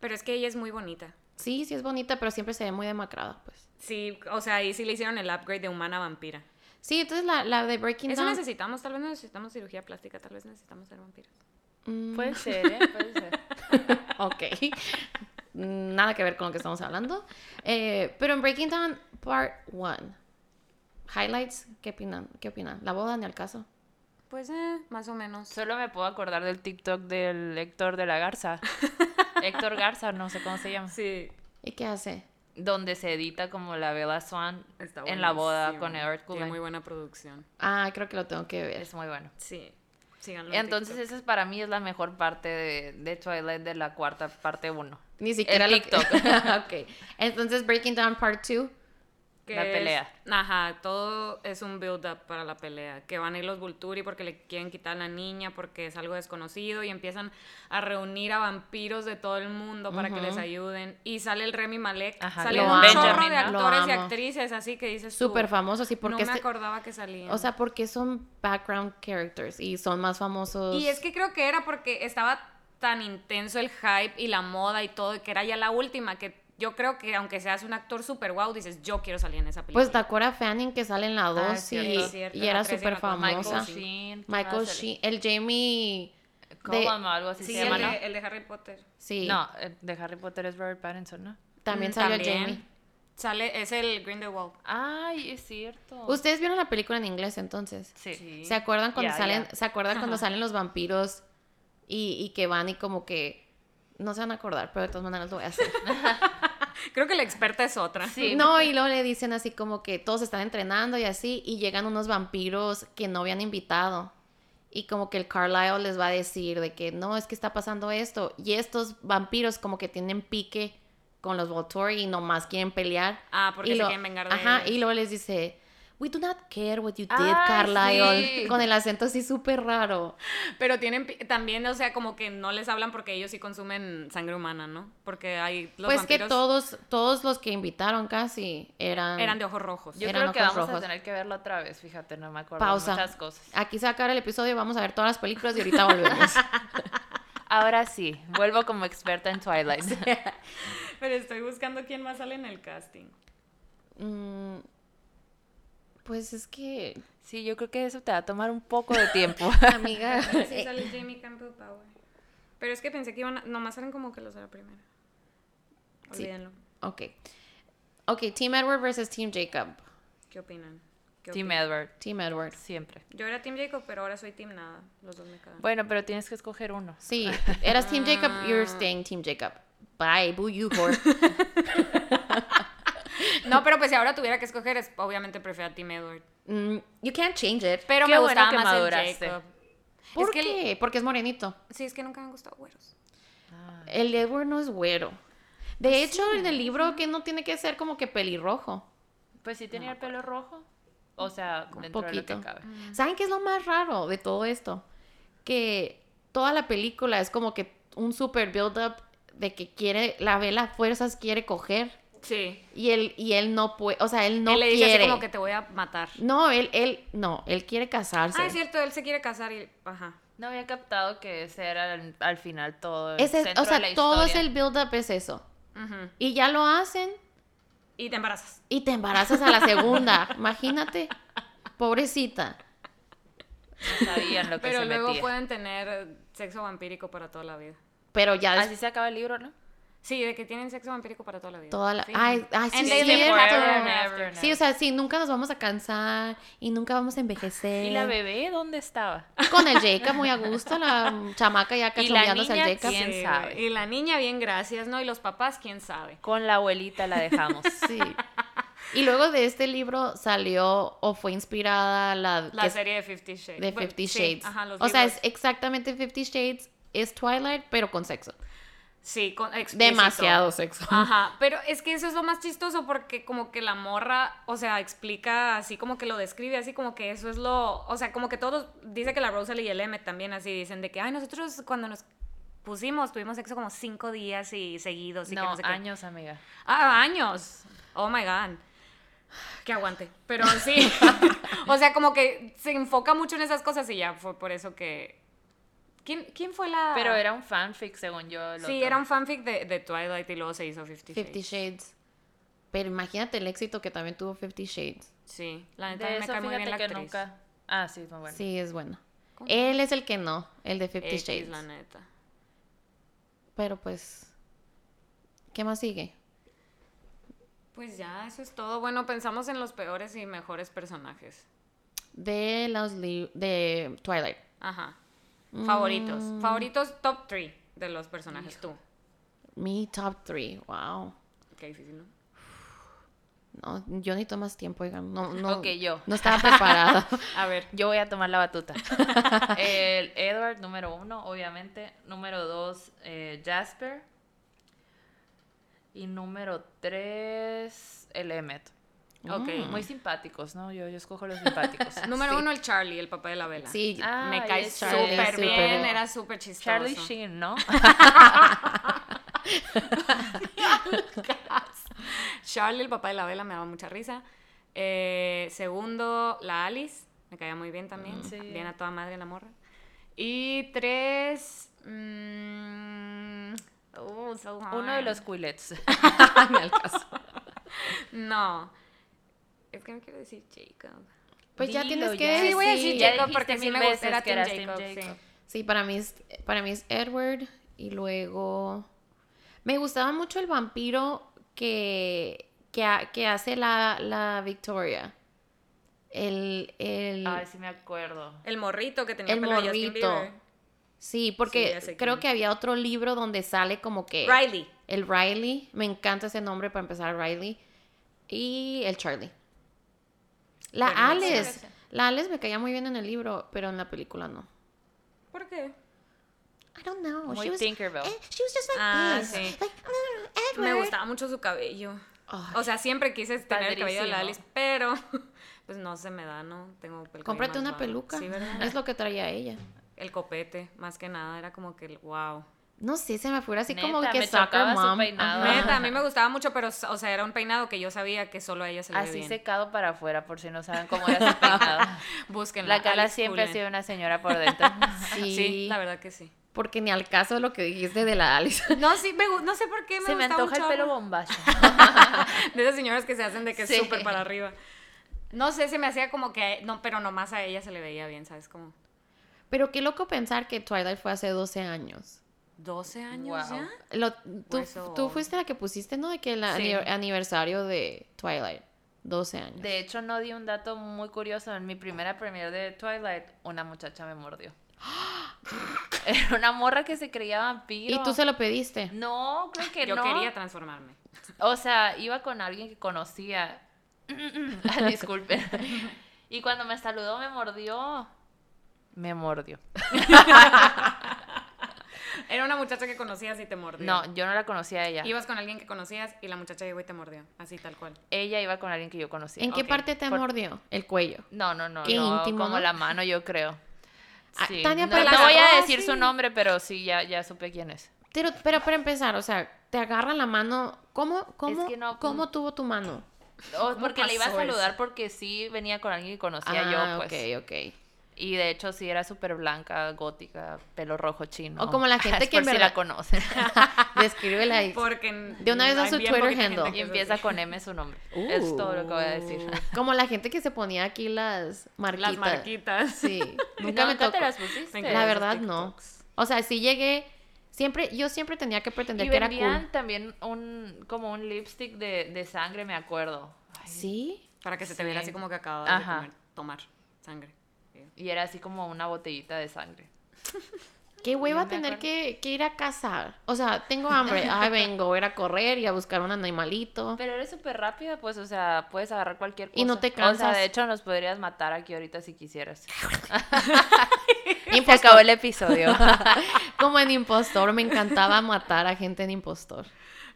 S2: Pero es que ella es muy bonita.
S1: Sí, sí es bonita, pero siempre se ve muy demacrada, pues.
S2: Sí, o sea, ahí sí le hicieron el upgrade de humana a vampira.
S1: Sí, entonces la, la de Breaking
S2: Eso
S1: Down.
S2: necesitamos, tal vez no necesitamos cirugía plástica, tal vez necesitamos ser vampiros.
S1: Mm,
S2: pues,
S4: Puede ser, ¿eh? Puede ser.
S1: ok. Nada que ver con lo que estamos hablando. Eh, pero en Breaking Down Part 1. Highlights, ¿qué opinan? ¿Qué opinan? La boda ni al caso.
S2: Pues, eh, más o menos.
S4: [laughs] Solo me puedo acordar del TikTok del Héctor de la [laughs] Garza. Héctor Garza, no sé cómo se llama.
S2: Sí.
S1: ¿Y qué hace?
S4: Donde se edita como la Bella Swan en la boda con Edward Cullen.
S2: Tiene muy buena producción.
S1: Ah, creo que lo tengo que ver.
S4: Es muy bueno.
S2: Sí. Síganlo. en
S4: Entonces
S2: TikTok.
S4: esa es para mí es la mejor parte de, de Twilight de la cuarta parte 1.
S1: Ni siquiera
S4: el
S1: lo que- [laughs] ok. Entonces Breaking Down Part 2.
S2: Que
S4: la
S2: es-
S4: pelea.
S2: ajá, todo es un build-up para la pelea. Que van a ir los Vulturi porque le quieren quitar a la niña porque es algo desconocido y empiezan a reunir a vampiros de todo el mundo para que les ayuden. Y sale el Remy Malek.
S4: Ajá,
S2: sale
S1: lo
S2: un
S1: amo.
S2: chorro
S4: Benjamin,
S2: de
S4: ¿no?
S1: Lo
S2: actores y
S1: amo.
S2: actrices, así que dices. tú,
S1: Súper famosos. ¿Y
S2: No
S1: porque
S2: me
S1: este-
S2: acordaba que salían.
S1: O sea, porque son background characters y son más famosos.
S2: y es que creo que era porque estaba tan intenso el hype y la moda y todo, que era ya la última, que yo creo que aunque seas un actor súper guau, dices, yo quiero salir en esa película.
S1: Pues Dakota Fanning que sale en la 2
S4: es cierto.
S1: y,
S4: Es
S2: Ah, cierto,
S1: y
S2: en la
S1: era
S2: tres y
S1: súper
S2: en la cuatro.
S1: famosa. Michael,
S4: Michael Sheen. ¿qué
S2: Ah,
S4: más?
S1: Sheen, el Jamie
S4: El-
S1: de-
S4: Coleman o algo así
S2: sí,
S4: se
S2: el,
S4: llama,
S2: de,
S4: ¿no?
S2: el de Harry Potter.
S1: Sí,
S4: No, el de Harry Potter es Robert Pattinson, ¿no?
S1: también
S2: Mm,
S1: salió
S2: también.
S1: Jamie.
S2: Sale, es el Grindelwald.
S4: Ay, es cierto.
S1: ¿Ustedes vieron la película en inglés entonces?
S4: Sí.
S2: Sí.
S1: ¿Se acuerdan cuando
S4: Ya,
S1: salen
S4: ya.
S1: se acuerdan cuando salen los vampiros y, y que van y como que no se van a acordar, pero de todas maneras lo voy a hacer.
S2: Creo que la experta es otra.
S4: Sí.
S1: No, y luego le dicen así como que todos están entrenando y así, y llegan unos vampiros que no habían invitado. Y como que el Carlisle les va a decir de que no, es que está pasando esto. Y estos vampiros como que tienen pique con los Volturi y nomás quieren pelear.
S2: Ah, porque
S1: y
S2: se
S1: lo-
S2: quieren vengar de
S1: Ajá,
S2: ellos.
S1: y luego les dice, we do not care what you did,
S4: Ay,
S1: Carlisle.
S4: sí.
S1: Con el acento así súper raro.
S2: Pero tienen pi- también, o sea, como que no les hablan porque ellos sí consumen sangre humana, ¿no? Porque hay los
S1: pues
S2: vampiros
S1: que todos, todos los que invitaron casi eran...
S2: eran de ojos rojos.
S4: Yo
S1: eran
S4: creo que
S1: ojos
S4: vamos a
S1: rojos.
S4: tener que verlo otra vez, fíjate, no me acuerdo
S1: Pausa.
S4: muchas cosas.
S1: Aquí se va a acabar el episodio, vamos a ver todas las películas y
S2: [laughs]
S1: ahorita volvemos.
S4: Ahora sí, vuelvo como experta
S1: [laughs]
S4: en Twilight.
S2: Pero estoy buscando quién más sale en el casting.
S1: Mm, pues
S2: [laughs]
S1: es que,
S4: Sí, yo creo que eso te va a tomar un poco de [laughs] tiempo.
S2: [laughs]
S1: amiga,
S2: Sí,
S1: eh,
S2: sale Jamie Campbell Power. Pero es que pensé que iban a, nomás salen como que los de la primera.
S1: Sí.
S2: Olvídenlo.
S1: ok. Ok, Team Edward versus Team Jacob.
S2: ¿Qué opinan? ¿Qué
S4: Team
S2: opinan?
S4: Edward,
S1: Team Edward.
S4: siempre.
S2: Yo era Team Jacob, pero ahora soy Team nada. Los dos me cagan.
S4: Bueno, pero tienes que escoger uno.
S2: [laughs]
S1: Sí, eras Team Jacob, you're staying Team Jacob. Bye, boo you
S2: [laughs]
S1: whore.
S2: No, pero pues si ahora tuviera que escoger, es- obviamente prefiero a Team Edward.
S1: Mm, you can't change it.
S2: Pero
S4: Qué
S2: me
S4: bueno
S2: gustaba
S4: que
S2: más
S4: maduraste.
S2: el Jacob.
S1: ¿Por
S2: es que el-
S1: qué? Porque es morenito.
S2: Sí, es que nunca me han gustado güeros.
S4: Ah.
S1: El Edward no es güero. De hecho, en el libro que no tiene que ser como que pelirrojo.
S4: Pues sí tenía el pelo rojo. O sea, dentro de lo
S1: poquito.
S4: que cabe.
S1: ¿Saben qué es lo más raro de todo esto? Que toda la película es como que un super build-up de que quiere, la vela a fuerzas quiere coger.
S2: Sí.
S1: Y él, y él no puede, o sea, él no
S2: él le dice
S1: quiere.
S2: así como que te voy a matar.
S1: No, él, él, no, él quiere casarse.
S2: Ah, es cierto, él se quiere casar y... Ajá.
S4: No había captado que ese era el- al final todo. El
S1: Ese-
S4: centro
S1: o sea,
S4: de la
S1: todo es
S4: historia.
S1: el build-up es eso.
S2: Ujú.
S1: Y ya lo hacen
S2: Y te embarazas.
S1: y te embarazas a la segunda. Imagínate, pobrecita.
S4: No sabían lo que
S2: Pero
S4: se
S2: luego [laughs]
S4: metía.
S2: pueden tener eh, sexo vampírico para toda la vida.
S1: Pero ya des-
S4: Así se acaba el libro, ¿no?
S2: Sí, de que tienen sexo vampírico para toda la vida.
S1: toda la...
S2: Sí.
S1: Ay, ay, sí,
S2: And
S1: es
S2: they live
S1: cierto.
S2: forever and
S4: ever and
S1: Sí, o sea, sí, nunca nos vamos a cansar y nunca vamos a envejecer.
S4: ¿Y la bebé dónde estaba?
S1: [laughs] Con el Jacob muy a
S2: [laughs]
S1: gusto, la chamaca ya
S4: Y la
S1: cachondeándose al
S4: niña,
S1: Jacob.
S4: ¿quién
S2: Sí,
S4: sabe?
S2: güey. Y la niña, bien, gracias, ¿no? Y los papás, quién sabe.
S4: Con la abuelita la dejamos.
S1: Sí. Y luego de este libro salió o fue inspirada la,
S2: La
S1: que es
S2: serie de Fifty Shades.
S1: de
S2: Bueno,
S1: Fifty
S2: sí,
S1: Shades.
S2: ajá, los
S1: o sea,
S2: libros.
S1: es exactamente Fifty Shades, es Twilight, pero con sexo.
S2: Sí, con, explícito.
S1: Demasiado sexo.
S2: Ajá, pero es que eso es lo más chistoso porque como que la morra, o sea, explica así como que lo describe, así como que eso es lo, o sea, como que todos, dice que la Rosalie y el Emmett también así dicen de que, ay, nosotros cuando nos pusimos tuvimos sexo como cinco días y seguidos y que
S4: no,
S2: no sé qué".
S4: años, amiga.
S2: Ah, años. Oh my god. Que aguante. Pero
S4: [laughs]
S2: sí. o sea, como que se enfoca mucho en esas cosas y ya fue por eso que. ¿Quién, quién fue la.?
S4: Pero era un fanfic, según yo. el
S2: Ah. Sí,
S4: otro.
S2: era un fanfic de, de Twilight y luego se hizo Fifty Shades.
S1: Fifty Shades. Pero imagínate el éxito que también tuvo Fifty Shades.
S2: Sí, la neta me
S4: De eso
S2: cae muy bien
S4: fíjate
S2: la
S4: que
S2: actriz.
S4: nunca... Ah, sí, muy bueno.
S1: Sí, es bueno.
S2: ¿Cómo?
S1: Él es el que no, el de Fifty
S2: X,
S1: Shades.
S2: la neta.
S1: Pero pues, ¿qué más sigue?
S2: Pues ya, eso es todo. Bueno, pensamos en los peores y mejores personajes.
S1: De los li- de Twilight.
S2: Ajá. Favoritos.
S4: Mm.
S2: Favoritos top 3 de los personajes. Tú.
S1: Mi top 3. Wow.
S2: Qué difícil, ¿no?
S1: No, yo necesito más tiempo, oigan. No, no,
S4: Ok, yo.
S1: No estaba
S4: [laughs]
S1: preparada.
S2: A ver.
S4: Yo voy a tomar la
S2: [laughs]
S4: batuta. El Edward, número uno, obviamente. Número dos, eh, Jasper. Y número tres, el Emmet.
S2: Ok.
S4: Muy simpáticos, ¿no? Yo, yo escojo los simpáticos.
S2: Mm. [laughs] Número uno, el Charlie, el papá de la vela.
S1: sí,
S4: Ah,
S2: Me cae
S4: es
S1: Charlie,
S2: súper
S1: súper
S2: bien,
S1: bien.
S2: era súper chistoso.
S4: Charlie Sheen, ¿no?
S2: Charlie, el papá de la vela, me daba mucha risa. Eh, segundo, la Alice, me caía muy bien también.
S4: Sí.
S2: Bien a toda madre la morra. Y tres... mm, oh, so
S4: Uno de
S2: hard.
S4: los
S2: [laughs]
S4: Quillets.
S1: ni al caso.
S2: No. Es que no quiero decir Jacob.
S1: Pues ya
S4: Dilo,
S1: tienes que
S4: ya.
S1: decir.
S2: Sí, voy a decir
S4: Ya
S2: Jacob
S4: dijiste
S2: porque sí
S4: mil
S2: me gusta,
S4: veces
S2: era
S4: que
S2: Team
S4: eras Team
S2: Jacob,
S4: Jacob.
S2: sí.
S1: Sí, para mí, es, para mí es Edward. Y luego. Me gustaba mucho el vampiro que, que, ha- que hace la, la Victoria. El. el
S4: Ay, sí me acuerdo.
S2: El morrito que tenía
S1: El
S2: pelo de Justin
S1: morrito.
S2: Bieber.
S1: sí,
S2: Sí,
S1: porque
S2: ya sé
S1: creo
S2: quién.
S1: que había otro libro donde sale como que.
S2: Riley.
S1: El Riley. Me encanta ese nombre para empezar, Riley. Y el Charlie. La
S2: Buenísimo.
S1: Alice. La Alice me caía muy bien en el libro, pero en la película no.
S2: ¿Por qué?
S1: I don't know.
S4: Muy
S1: she was,
S4: Tinkerbell.
S1: eh, she was just like
S2: Ah,
S1: this.
S2: sí.
S1: Like, mm, Edward.
S2: Me gustaba mucho su cabello.
S1: Ay.
S2: O sea, siempre quise tener el cabello de la Alice,
S4: Padrísimo.
S2: pero [laughs] pues no se me da, ¿no? Tengo el cabello
S1: Cómprate
S2: más
S1: una
S2: bajo.
S1: peluca.
S2: Sí, ¿verdad?
S1: es lo que traía ella.
S2: El copete, más que nada, era como que, el- wow.
S1: No sé, se me fue así como
S4: Neta,
S1: que
S4: me
S1: soccer
S4: chocaba su
S1: mom.
S4: peinado.
S1: Ajá.
S2: Neta, a mí me gustaba mucho, pero, o sea, era un peinado que yo sabía que solo a ella se le ve
S4: Así
S2: bien.
S4: secado para afuera, por si no saben cómo era su
S2: [laughs]
S4: peinado.
S2: Búsquenla.
S4: La Carla
S2: Alice
S4: siempre ha
S2: Cullen.
S4: sido una señora por dentro.
S2: [laughs]
S1: Sí,
S2: Sí, la verdad que sí.
S1: porque ni al caso de lo que dijiste de la Alice.
S2: No, sí, me gu- no sé por qué me
S4: Se me
S2: gustaba
S4: antoja el
S2: mucho
S4: pelo
S2: hablar.
S4: bombacho.
S1: [laughs]
S2: De esas señoras que se hacen de que es
S4: Sí.
S2: súper para arriba. No sé, se me hacía como que, no, pero nomás a ella se le veía bien, ¿sabes? Como
S1: Pero qué loco pensar que Twilight fue hace 12 años.
S2: 12 años
S4: Wow.
S2: ya.
S1: Lo- tú,
S4: Pues
S2: We're so
S1: tú
S2: old.
S1: fuiste la que pusiste, ¿no? De que el ani- aniversario de Twilight. 12 años.
S4: De hecho, no di un dato muy curioso. En mi primera premiere de Twilight, una muchacha
S1: [gasps]
S4: me mordió. Era una morra que se creía vampiro.
S1: ¿Y tú se lo pediste?
S4: No, creo que
S2: Yo
S4: no.
S2: quería transformarme.
S4: O sea, iba con alguien que
S1: [laughs]
S4: conocía. [laughs] Disculpen. Y cuando me saludó, me mordió. Me mordió.
S2: Era una muchacha que conocías y te mordió.
S4: No, yo no la conocía a ella.
S2: Ibas con alguien que conocías y la muchacha llegó y te mordió. Así tal cual.
S4: Ella iba con alguien que yo conocía.
S1: ¿En qué
S2: ok.
S1: parte te
S4: Por-
S1: mordió? El cuello.
S4: No, no, no.
S1: Qué
S4: no,
S1: íntimo,
S4: como
S1: ¿no?
S4: la mano, yo creo.
S1: Ah,
S4: Sí.
S1: Tania,
S4: no,
S1: pero
S4: no
S1: la
S4: voy a
S2: agarró
S4: decir su
S2: así.
S4: nombre, pero sí, ya, ya supe quién es.
S1: Pero, pero para empezar, o sea, te agarran la mano. ¿Cómo, cómo,
S4: que no-
S1: cómo tuvo tu mano?
S4: O Oh, porque le iba a
S2: pasó eso?
S4: saludar porque sí venía con alguien que conocía yo, pues.
S1: Ah, ok, ok.
S4: [laughs] Y de hecho sí era súper blanca, gótica, pelo rojo chino.
S1: O
S4: [laughs]
S1: como la gente
S4: Es
S1: que en
S4: por si
S1: verdad- [laughs]
S4: la conoce.
S1: Descríbela ahí.
S2: Porque
S1: De una vez a
S2: hay
S1: su
S2: bien
S1: Twitter
S2: poquita gente
S1: handle.
S2: que
S4: y
S2: es
S4: empieza
S2: así.
S4: con M su nombre. Es todo lo que voy a decir. [laughs]
S1: Uh, [laughs] Como la gente que se ponía aquí las marquitas.
S2: las marquitas.
S1: Sí.
S4: [laughs] No,
S1: Nunca me
S4: te
S1: tocó.
S4: las
S2: [laughs]
S4: pusiste.
S2: Me
S1: La
S2: esos
S1: verdad, no.
S2: TikToks.
S1: O sea, sí llegué, Siempre, yo siempre tenía que pretender
S4: Y
S1: que era
S4: vendían
S1: cool.
S4: también un, como un lipstick de, de sangre, me acuerdo. Ay,
S1: Sí.
S2: Para que se te viera así como que acabas
S4: Ajá.
S2: de comer- tomar sangre.
S4: Y era así como una botellita de sangre.
S1: Qué hueva
S4: me
S1: tener
S4: acuerdo.
S1: que, que ir a cazar. O sea, tengo hambre.
S4: [laughs]
S1: Ay, vengo, voy a ir a correr y a buscar un animalito.
S4: Pero eres súper rápida, pues, o sea, puedes agarrar cualquier cosa.
S1: Y no te
S4: O
S1: cansas.
S4: sea, de hecho, nos podrías matar aquí ahorita si
S1: [laughs]
S4: quisieras. [laughs] Se
S1: Impostor.
S4: acabó
S1: [laughs]
S4: el episodio.
S1: Como en Impostor, me encantaba matar a gente en Impostor.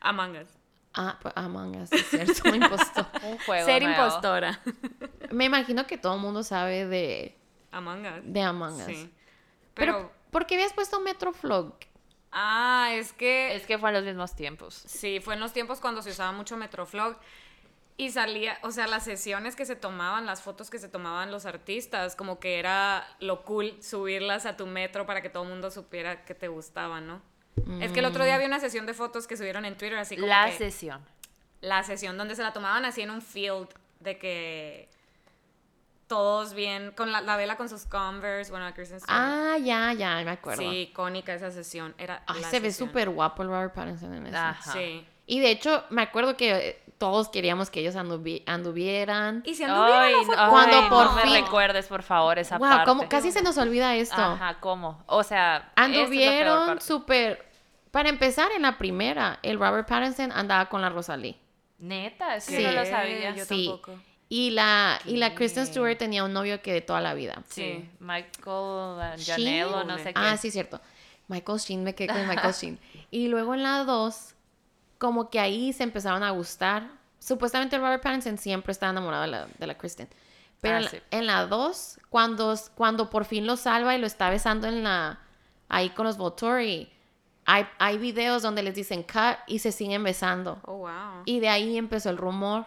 S2: A mangas.
S1: Ah, pues Among Us, es cierto, [laughs] Impostor.
S4: Un juego
S2: Ser
S4: nuevo.
S2: impostora. [laughs]
S1: Me imagino que todo el mundo sabe de,
S2: A mangas.
S1: de Among Us.
S2: Sí.
S1: Pero,
S2: Pero,
S1: ¿por qué habías puesto Metroflog?
S2: ah, es que
S4: Es que fue en los mismos tiempos.
S2: Sí, fue en los tiempos cuando se usaba mucho Metroflog y salía, o sea, las sesiones que se tomaban, las fotos que se tomaban los artistas, como que era lo cool subirlas a tu metro para que todo el mundo supiera que te gustaba, ¿no? Es que el
S1: Mm.
S2: otro día vi una sesión de fotos que subieron en Twitter, así como
S4: La
S2: que-
S4: sesión.
S2: la sesión donde se la tomaban así en un field de que todos bien, con la, la vela con sus Converse, bueno, a Kristen Stewart.
S1: Ah, ya, ya, me acuerdo.
S2: sí, icónica esa sesión, era
S1: Ay,
S2: la
S1: se ve
S2: sesión.
S1: súper guapo el Robert Pattinson en eso.
S4: Ajá.
S2: Sí.
S1: Y de hecho, me acuerdo que eh, todos queríamos que ellos anduvi- anduvieran.
S2: Y si anduvieran,
S4: Ay,
S2: no fue-
S4: ay,
S1: Cuando
S4: no
S1: por
S4: me
S1: fin-
S4: recuerdes, por favor, esa
S1: wow,
S4: parte.
S1: como casi se nos olvida esto.
S4: Ajá, ¿cómo? O sea,
S1: Anduvieron
S4: su...
S1: súper... Para empezar, en la primera, el Robert Pattinson andaba con la Rosalie.
S4: Neta, eso
S1: Sí.
S4: yo no lo sabía.
S2: Yo
S1: sí.
S2: tampoco.
S1: Y la, y la
S4: ¿Qué?
S1: Kristen Stewart tenía un novio que de toda la vida.
S4: Sí,
S2: Sí.
S4: Michael eh,
S1: Sheen.
S4: Janelo, no sé qué.
S1: Ah, sí, cierto. Michael Sheen, me quedé con Michael Sheen.
S4: [laughs]
S1: Y luego en la 2, como que ahí se empezaron a gustar. Supuestamente Robert Pattinson siempre estaba enamorado de la, de la Kristen. Pero
S4: Ah,
S1: en la-
S4: sí.
S1: en la 2, cuando, cuando por fin lo salva y lo está besando en la... Ahí con los Volturi, hay, hay videos donde les dicen cut y se siguen besando.
S2: Oh, wow.
S1: Y de ahí empezó el rumor.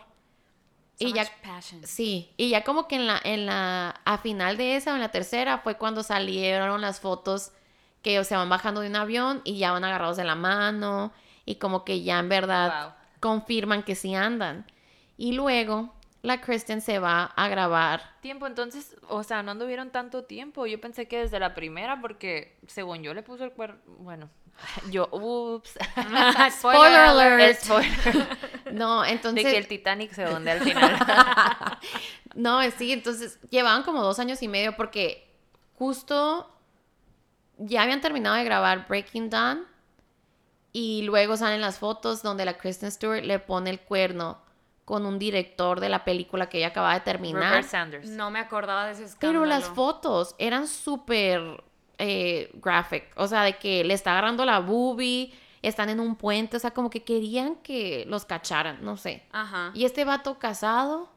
S2: So
S1: y ya...
S2: much passion.
S1: Sí, y ya como que en la, en la, a final de esa o en la tercera fue cuando salieron las fotos que o se van bajando de un avión y ya van agarrados de la mano y como que ya en verdad
S4: Wow.
S1: confirman que sí andan. Y luego la Kristen se va a grabar.
S4: Tiempo, entonces, o sea, no anduvieron tanto tiempo. Yo pensé que desde la primera, porque según yo le puso el cuerpo. Bueno, [laughs] yo, ups.
S1: [laughs] Spoiler alert.
S4: Spoiler.
S1: No,
S4: [laughs] De que el
S1: entonces,
S4: Titanic se hunde al final.
S1: [laughs] no, sí, entonces llevaban como dos años y medio porque justo ya habían terminado de grabar Breaking Dawn y luego salen las fotos donde la Kristen Stewart le pone el cuerno con un director de la película que ella acababa de terminar.
S4: Robert Sanders.
S2: No me acordaba de ese escándalo.
S1: Pero las fotos eran súper eh, graphic, o sea, de que le está agarrando la boobie, están en un puente, o sea, como que querían que los cacharan, no sé.
S2: Ajá.
S1: Y este vato casado,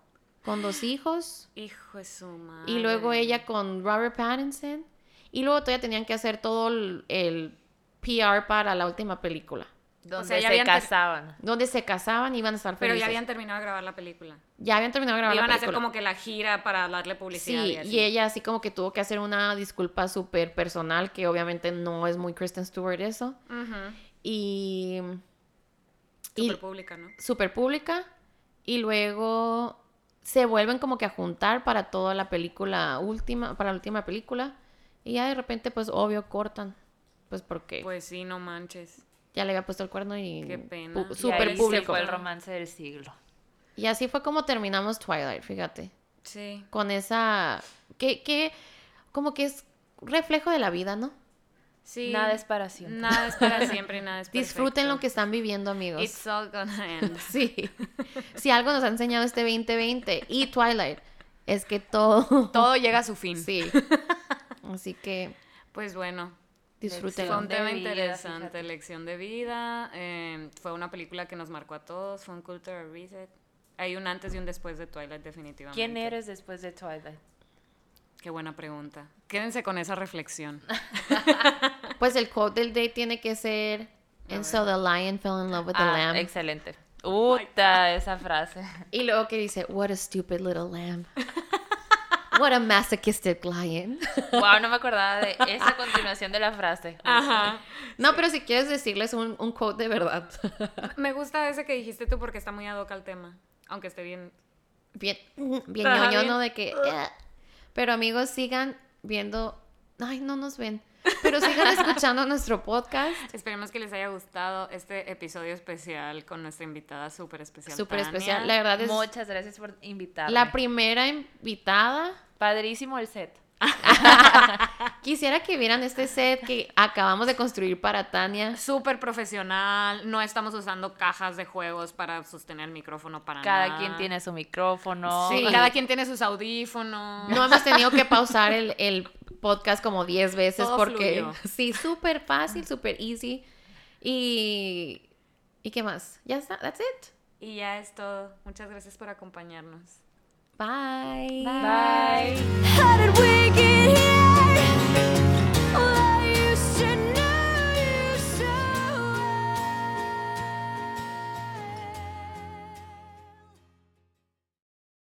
S1: con dos hijos.
S2: Hijo de su madre.
S1: Y luego ella con Robert Pattinson. Y luego todavía tenían que hacer todo el, el PR para la última película.
S4: Donde
S2: sea, ya
S4: se
S2: habían ter-
S4: casaban.
S1: Donde se casaban y iban a estar
S2: Pero
S1: felices.
S2: ya habían terminado de grabar la película.
S1: Ya habían terminado de grabar
S2: Iban
S1: la
S2: a hacer
S1: película.
S2: como que la gira para darle publicidad.
S1: Sí,
S2: y así.
S1: y ella así como que tuvo que hacer una disculpa súper personal, que obviamente no es muy Kristen Stewart eso.
S2: Ujú.
S1: Y... y-
S2: Súper pública, ¿no?
S1: Súper pública. Y luego se vuelven como que a juntar para toda la película última, para la última película. Y ya de repente, pues obvio, cortan. Pues porque...
S2: Pues sí, no manches.
S1: ya le había puesto el cuerno y
S2: Qué pena.
S1: pu-
S2: Y
S4: Y ahí
S1: super
S4: se
S1: público.
S4: fue el romance del siglo.
S1: Y así fue como terminamos Twilight, fíjate.
S2: Sí.
S1: Con esa que que como que es reflejo de la vida, ¿no?
S2: Sí.
S4: Nada es para siempre.
S2: Nada es para siempre, nada es
S1: [laughs] Disfruten lo que
S2: perfecto.
S1: están viviendo, amigos.
S2: It's all gonna end.
S1: [laughs] Sí. si algo nos ha enseñado este 2020 y Twilight es que todo
S2: Todo llega a su fin.
S1: sí.
S4: [laughs]
S1: Así que
S2: Pues bueno, Fue un
S1: disfrútenlo.
S4: Lección. de
S2: tema
S4: vida,
S2: interesante,
S4: fíjate.
S2: lección de vida. eh, fue una película que nos marcó a todos, fue un cultural reset. Hay un antes y un después de Twilight, definitivamente.
S4: ¿Quién eres después de Twilight?
S2: Qué buena pregunta. Quédense con esa
S4: [laughs]
S2: reflexión.
S1: Pues el quote del day tiene que ser And so the lion fell in love with the
S4: Ah,
S1: lamb.
S4: excelente. Uta,
S1: [laughs]
S4: esa frase.
S1: Y luego que dice, what a stupid little lamb. What a masochistic lion. [laughs]
S4: Wow, no me acordaba de esa continuación de la frase.
S1: Ah,
S2: Ajá.
S1: No, pero si quieres decirles un, un quote de verdad. [laughs]
S2: Me gusta ese que dijiste tú porque está muy ad hoc al tema, aunque esté bien.
S1: Bien, bien
S2: Ajá,
S1: ñoño,
S2: bien.
S1: ¿no? De que... "Eh". Pero amigos, sigan viendo... Ay, no nos ven. Pero sigan escuchando [laughs] nuestro podcast.
S2: Esperemos que les haya gustado este episodio especial con nuestra invitada súper especial.
S1: Súper
S2: Tania.
S1: especial. La verdad es
S4: Muchas gracias por invitarme.
S1: la primera invitada.
S4: Padrísimo el set.
S1: Quisiera que vieran este set que acabamos de construir para Tania.
S2: Súper profesional. No estamos usando cajas de juegos para sostener el micrófono para
S4: Cada
S2: nada.
S4: quien tiene su micrófono.
S2: Ah. Sí,
S1: Sí.
S2: cada quien tiene sus audífonos.
S1: No hemos tenido que pausar el, el podcast como 10 veces
S2: Todo
S1: porque
S2: fluyó.
S1: [laughs] sí, súper fácil, súper easy. Y ¿y qué más? Ya está, that's it.
S2: Y ya es todo. Muchas gracias por acompañarnos.
S1: Bye.
S4: Bye.
S5: How did we get here?